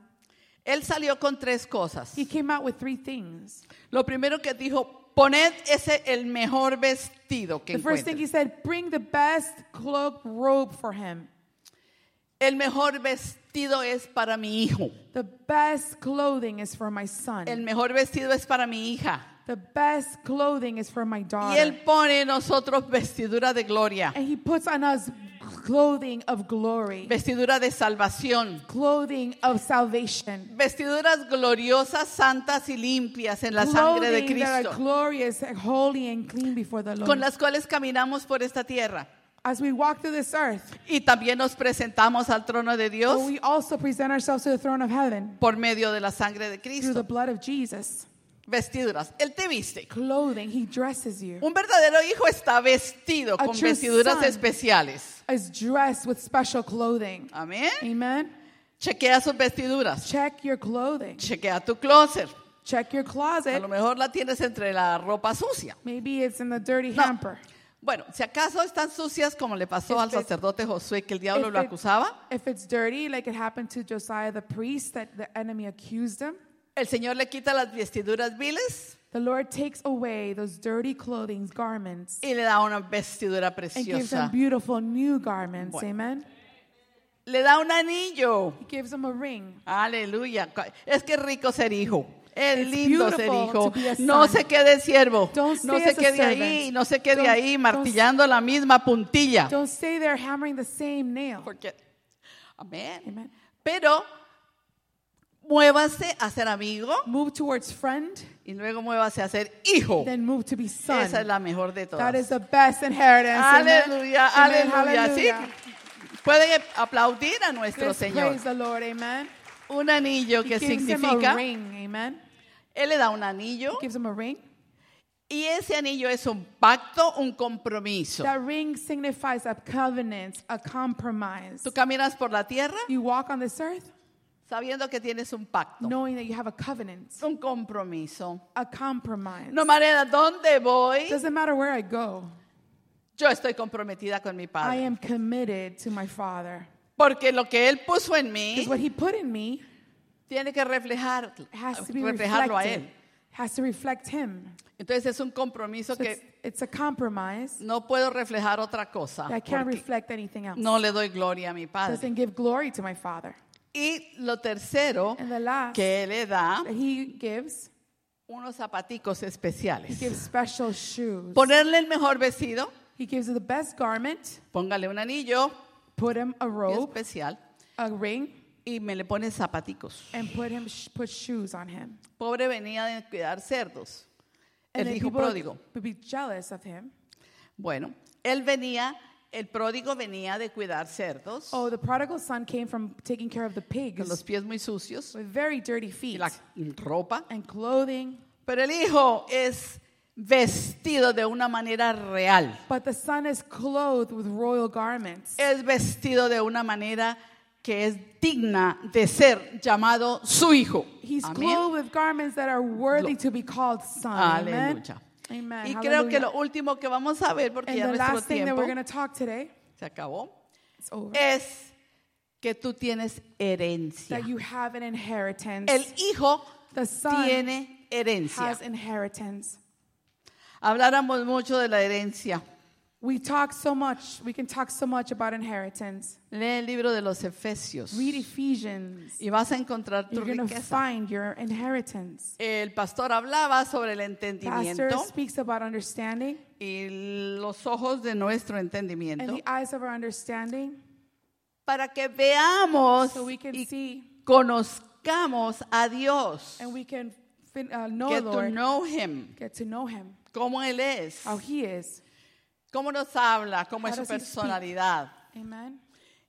Speaker 1: Él salió con tres cosas.
Speaker 2: He came out with three things.
Speaker 1: Lo primero que dijo, poned ese el mejor vestido que
Speaker 2: The first thing
Speaker 1: encuentre.
Speaker 2: he said, Bring the best cloak robe for him.
Speaker 1: El mejor vestido es para mi hijo.
Speaker 2: The best clothing is for my
Speaker 1: El
Speaker 2: son.
Speaker 1: mejor vestido es para mi hija.
Speaker 2: The best clothing is for my
Speaker 1: Y él
Speaker 2: daughter.
Speaker 1: pone en nosotros vestidura de gloria,
Speaker 2: And he puts on us clothing of glory.
Speaker 1: vestidura de salvación,
Speaker 2: clothing of salvation.
Speaker 1: vestiduras gloriosas, santas y limpias en la sangre de
Speaker 2: clothing that are
Speaker 1: Cristo,
Speaker 2: glorious, and holy, and clean before the Lord.
Speaker 1: con las cuales caminamos por esta tierra.
Speaker 2: As we walk through this earth,
Speaker 1: Y también nos presentamos al trono de Dios
Speaker 2: but we also present ourselves to the throne of heaven
Speaker 1: por medio de la sangre de
Speaker 2: through the
Speaker 1: Cristo.
Speaker 2: blood of Jesus.
Speaker 1: Vestiduras. Él te viste.
Speaker 2: Clothing, He dresses you,
Speaker 1: Un verdadero hijo está vestido
Speaker 2: A
Speaker 1: con
Speaker 2: true
Speaker 1: vestiduras
Speaker 2: son.
Speaker 1: especiales.
Speaker 2: is dressed with special clothing.
Speaker 1: Amén.
Speaker 2: Amen.
Speaker 1: Chequea sus vestiduras.
Speaker 2: Check your clothing.
Speaker 1: Chequea tu closet.
Speaker 2: Check your
Speaker 1: A
Speaker 2: closet.
Speaker 1: lo mejor la tienes entre la ropa sucia.
Speaker 2: Maybe it's in the dirty
Speaker 1: No.
Speaker 2: hamper.
Speaker 1: Bueno, si acaso están sucias como le pasó
Speaker 2: If
Speaker 1: al
Speaker 2: it-
Speaker 1: sacerdote Josué que el diablo
Speaker 2: If
Speaker 1: lo
Speaker 2: it-
Speaker 1: acusaba,
Speaker 2: If it's dirty, like it happened to Josiah the priest, that the enemy accused him,
Speaker 1: el Señor le quita las vestiduras viles
Speaker 2: the Lord takes away those dirty clothing, garments.
Speaker 1: y le da una vestidura
Speaker 2: and gives
Speaker 1: preciosa.
Speaker 2: them beautiful new garments.
Speaker 1: Bueno.
Speaker 2: Amen.
Speaker 1: Le da un anillo.
Speaker 2: He gives them a ring.
Speaker 1: Aleluya. Es que rico ser hijo. Es
Speaker 2: It's
Speaker 1: lindo ser
Speaker 2: beautiful
Speaker 1: hijo.
Speaker 2: to be a son.
Speaker 1: No se quede siervo.
Speaker 2: Don't
Speaker 1: No
Speaker 2: stay
Speaker 1: se
Speaker 2: as a
Speaker 1: quede
Speaker 2: servant.
Speaker 1: ahí. No se quede
Speaker 2: Don't-
Speaker 1: ahí
Speaker 2: don't-
Speaker 1: martillando la misma puntilla.
Speaker 2: Don't stay there hammering the same nail.
Speaker 1: Porque, amén.
Speaker 2: Amen.
Speaker 1: Pero muévase a ser amigo
Speaker 2: Move towards friend,
Speaker 1: y luego muévase a ser hijo.
Speaker 2: then move to be son.
Speaker 1: Oh. Esa es la mejor de
Speaker 2: that
Speaker 1: todas.
Speaker 2: is the best inheritance. Amen.
Speaker 1: Aleluya,
Speaker 2: Amen.
Speaker 1: aleluya. Sí.
Speaker 2: Hallelujah.
Speaker 1: Pueden aplaudir a nuestro
Speaker 2: Let's
Speaker 1: Señor.
Speaker 2: praise the Lord. Amen.
Speaker 1: Un anillo
Speaker 2: He
Speaker 1: que
Speaker 2: gives him a
Speaker 1: significa, Oh.
Speaker 2: ring. Amen.
Speaker 1: Él le da un anillo
Speaker 2: He gives him a ring.
Speaker 1: Y ese anillo es un pacto, un compromiso.
Speaker 2: That ring signifies a covenant, a compromise.
Speaker 1: Tú caminas por la tierra
Speaker 2: You walk on this earth
Speaker 1: sabiendo que tienes un pacto,
Speaker 2: knowing that you have a covenant,
Speaker 1: un compromiso.
Speaker 2: a compromise.
Speaker 1: No manera, ¿dónde voy?
Speaker 2: Doesn't matter where I go.
Speaker 1: Yo estoy comprometida con mi
Speaker 2: I
Speaker 1: padre.
Speaker 2: am committed to my Father.
Speaker 1: Porque lo que él puso en
Speaker 2: Because
Speaker 1: mí
Speaker 2: what He put in me
Speaker 1: tiene que reflejar,
Speaker 2: has to be
Speaker 1: reflejarlo a
Speaker 2: reflected,
Speaker 1: él.
Speaker 2: has to reflect Him.
Speaker 1: Entonces es un compromiso
Speaker 2: So it's,
Speaker 1: que
Speaker 2: it's a compromise
Speaker 1: no puedo reflejar otra cosa.
Speaker 2: that can't
Speaker 1: Ah, porque
Speaker 2: reflect anything else.
Speaker 1: No le doy gloria a mi padre.
Speaker 2: Doesn't give glory to my Father.
Speaker 1: Y lo tercero
Speaker 2: And the last
Speaker 1: que le da
Speaker 2: that He gives,
Speaker 1: unos zapaticos
Speaker 2: He
Speaker 1: especiales.
Speaker 2: gives special shoes.
Speaker 1: Ponerle el mejor vestido.
Speaker 2: He gives you the best garment.
Speaker 1: Póngale un anillo
Speaker 2: Put him a
Speaker 1: bien
Speaker 2: robe,
Speaker 1: especial
Speaker 2: a ring,
Speaker 1: y me le pone zapaticos.
Speaker 2: and put him sh- put shoes on him.
Speaker 1: Pobre venía de cuidar cerdos.
Speaker 2: And
Speaker 1: El
Speaker 2: then
Speaker 1: hijo
Speaker 2: people
Speaker 1: pródigo.
Speaker 2: would be jealous of him.
Speaker 1: Bueno, él venía, el pródigo venía de cuidar cerdos
Speaker 2: Oh, the prodigal son came from taking care of the
Speaker 1: con los
Speaker 2: pigs
Speaker 1: pies muy
Speaker 2: Oh,
Speaker 1: sucios
Speaker 2: with very dirty
Speaker 1: y
Speaker 2: feet
Speaker 1: la ropa.
Speaker 2: and clothing.
Speaker 1: Pero el hijo es vestido de una manera real.
Speaker 2: But the Son is clothed with royal garments.
Speaker 1: Es vestido de una manera que es digna de ser llamado su hijo.
Speaker 2: He's
Speaker 1: Amén.
Speaker 2: clothed with garments that are worthy to be called Son. Amen.
Speaker 1: Aleluya.
Speaker 2: Amen.
Speaker 1: Y creo que
Speaker 2: Hallelujah.
Speaker 1: lo último que vamos a ver, porque
Speaker 2: And
Speaker 1: ya
Speaker 2: the
Speaker 1: nuestro
Speaker 2: last thing that
Speaker 1: tiempo Eh,
Speaker 2: we're going to talk today,
Speaker 1: se acabó,
Speaker 2: it's over,
Speaker 1: es que tú tienes herencia.
Speaker 2: that you have an inheritance.
Speaker 1: El hijo
Speaker 2: The son
Speaker 1: tiene herencia.
Speaker 2: has inheritance.
Speaker 1: Habláramos mucho de la herencia.
Speaker 2: We talk so much, we can talk so much about inheritance.
Speaker 1: Lee el libro de los Efesios
Speaker 2: Read Ephesians.
Speaker 1: y vas a encontrar tu
Speaker 2: You're going to
Speaker 1: riqueza.
Speaker 2: find your inheritance.
Speaker 1: El pastor hablaba sobre el
Speaker 2: Pastor
Speaker 1: entendimiento
Speaker 2: speaks about understanding
Speaker 1: y los ojos de nuestro
Speaker 2: and
Speaker 1: entendimiento
Speaker 2: the eyes of our understanding
Speaker 1: para que veamos
Speaker 2: so we can
Speaker 1: y
Speaker 2: see
Speaker 1: conozcamos a Dios.
Speaker 2: and we can fin- uh, know
Speaker 1: Get to
Speaker 2: Lord,
Speaker 1: know him,
Speaker 2: get to know Him,
Speaker 1: cómo él es,
Speaker 2: how He is.
Speaker 1: cómo nos habla, cómo
Speaker 2: How
Speaker 1: es su
Speaker 2: does he speak?
Speaker 1: personalidad
Speaker 2: Amen.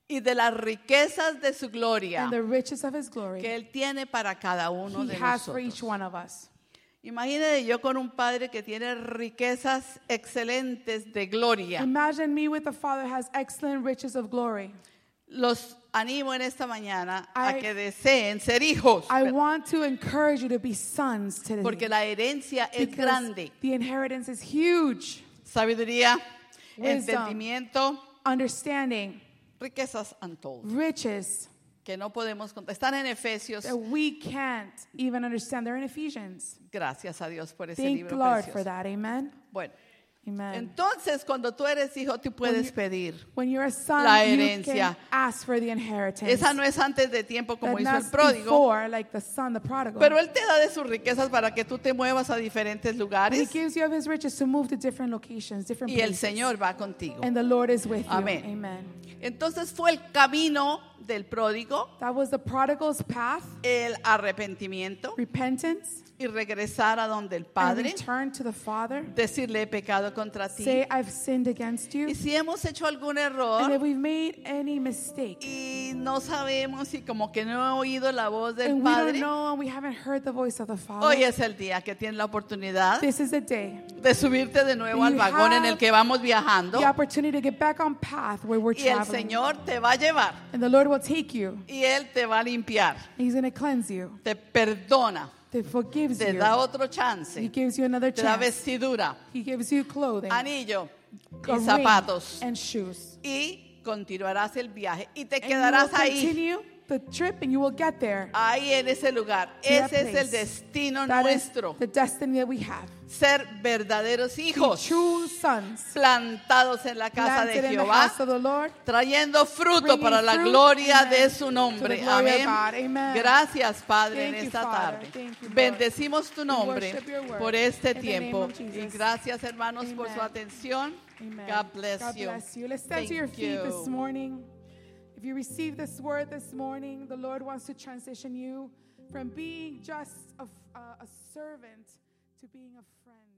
Speaker 1: y de las riquezas de su gloria
Speaker 2: And the riches of His
Speaker 1: que
Speaker 2: glory
Speaker 1: él tiene para cada uno
Speaker 2: He
Speaker 1: de
Speaker 2: has for
Speaker 1: nosotros.
Speaker 2: each one of us.
Speaker 1: Imagínate yo con un padre que tiene riquezas excelentes de gloria.
Speaker 2: Imagine me with a father who has excellent riches of glory.
Speaker 1: Los animo en esta mañana a
Speaker 2: I-
Speaker 1: que deseen ser hijos,
Speaker 2: I
Speaker 1: pero-
Speaker 2: want to encourage you to be sons today.
Speaker 1: porque la herencia es
Speaker 2: because
Speaker 1: grande.
Speaker 2: The inheritance is huge.
Speaker 1: Sabiduría,
Speaker 2: Wisdom.
Speaker 1: entendimiento,
Speaker 2: Understanding,
Speaker 1: riquezas untold,
Speaker 2: riches
Speaker 1: que no podemos contar. Están en Efesios.
Speaker 2: that we can't even understand. They're in Ephesians.
Speaker 1: Gracias a Dios por ese
Speaker 2: Thank
Speaker 1: libro
Speaker 2: Lord
Speaker 1: precioso.
Speaker 2: for that. Amen.
Speaker 1: Bueno,
Speaker 2: Amen.
Speaker 1: entonces cuando tú eres hijo, tú puedes pedir.
Speaker 2: When you're a son,
Speaker 1: La
Speaker 2: you
Speaker 1: herencia.
Speaker 2: can ask for the inheritance.
Speaker 1: Esa no es antes de tiempo como
Speaker 2: That
Speaker 1: hizo el
Speaker 2: that's
Speaker 1: pródigo,
Speaker 2: before, like the son, the prodigal.
Speaker 1: pero él te da de sus riquezas para que tú te muevas a diferentes
Speaker 2: he
Speaker 1: lugares
Speaker 2: gives you of his riches to move to different locations, different
Speaker 1: y el
Speaker 2: places.
Speaker 1: Señor va contigo.
Speaker 2: And the Lord is with
Speaker 1: Amén.
Speaker 2: you. Amen.
Speaker 1: Entonces fue el camino del pródigo,
Speaker 2: That was the prodigal's path,
Speaker 1: el arrepentimiento
Speaker 2: repentance,
Speaker 1: y regresar a donde el
Speaker 2: and
Speaker 1: Padre,
Speaker 2: return to the Father.
Speaker 1: decirle he pecado contra ti.
Speaker 2: Say, I've sinned against you.
Speaker 1: Y si hemos hecho algún
Speaker 2: And
Speaker 1: error,
Speaker 2: if we've made any mistake,
Speaker 1: y no sabemos y como que no he oído la voz del
Speaker 2: and we don't
Speaker 1: Padre,
Speaker 2: know and we haven't heard the voice of the Father,
Speaker 1: hoy es el día que tienes la oportunidad
Speaker 2: this is the day,
Speaker 1: de subirte de nuevo al
Speaker 2: You
Speaker 1: vagón en
Speaker 2: have
Speaker 1: el que vamos viajando
Speaker 2: the opportunity to get back on path where we're
Speaker 1: y el
Speaker 2: traveling.
Speaker 1: Señor te va a llevar
Speaker 2: And the Lord will take you.
Speaker 1: y Él te va a limpiar,
Speaker 2: And He's going to cleanse you.
Speaker 1: te perdona,
Speaker 2: He forgives
Speaker 1: te
Speaker 2: you.
Speaker 1: da otro
Speaker 2: He
Speaker 1: chance,
Speaker 2: gives you another
Speaker 1: te da
Speaker 2: chance.
Speaker 1: vestidura,
Speaker 2: He gives you clothing,
Speaker 1: anillo
Speaker 2: a
Speaker 1: y
Speaker 2: ring,
Speaker 1: zapatos
Speaker 2: and shoes.
Speaker 1: y continuarás el viaje y te
Speaker 2: And you will
Speaker 1: quedarás ahí,
Speaker 2: continue the trip and you will get there.
Speaker 1: ahí en ese lugar.
Speaker 2: that
Speaker 1: Ese es el
Speaker 2: place.
Speaker 1: destino
Speaker 2: That is
Speaker 1: nuestro,
Speaker 2: the destiny that we have.
Speaker 1: ser verdaderos hijos
Speaker 2: True sons
Speaker 1: plantados en la casa
Speaker 2: planted
Speaker 1: de
Speaker 2: in the
Speaker 1: Jehová.
Speaker 2: house of the Lord.
Speaker 1: trayendo fruto
Speaker 2: Bringing
Speaker 1: para la
Speaker 2: fruit,
Speaker 1: gloria
Speaker 2: amen,
Speaker 1: de su
Speaker 2: to
Speaker 1: nombre.
Speaker 2: the glory
Speaker 1: Amén.
Speaker 2: of God, amen.
Speaker 1: Gracias, Padre, en
Speaker 2: Thank you,
Speaker 1: esta
Speaker 2: Father.
Speaker 1: tarde.
Speaker 2: Thank you, Lord.
Speaker 1: Bendecimos tu nombre
Speaker 2: worship your word.
Speaker 1: por este
Speaker 2: In the name
Speaker 1: tiempo.
Speaker 2: of
Speaker 1: Y
Speaker 2: Jesus.
Speaker 1: gracias, hermanos, por su
Speaker 2: Amen.
Speaker 1: atención.
Speaker 2: Amen.
Speaker 1: God bless you.
Speaker 2: Let's stand to your
Speaker 1: Thank
Speaker 2: feet this
Speaker 1: you.
Speaker 2: morning. If you receive this word this morning, the Lord wants to transition you from being just a, f- uh, a servant to being a friend.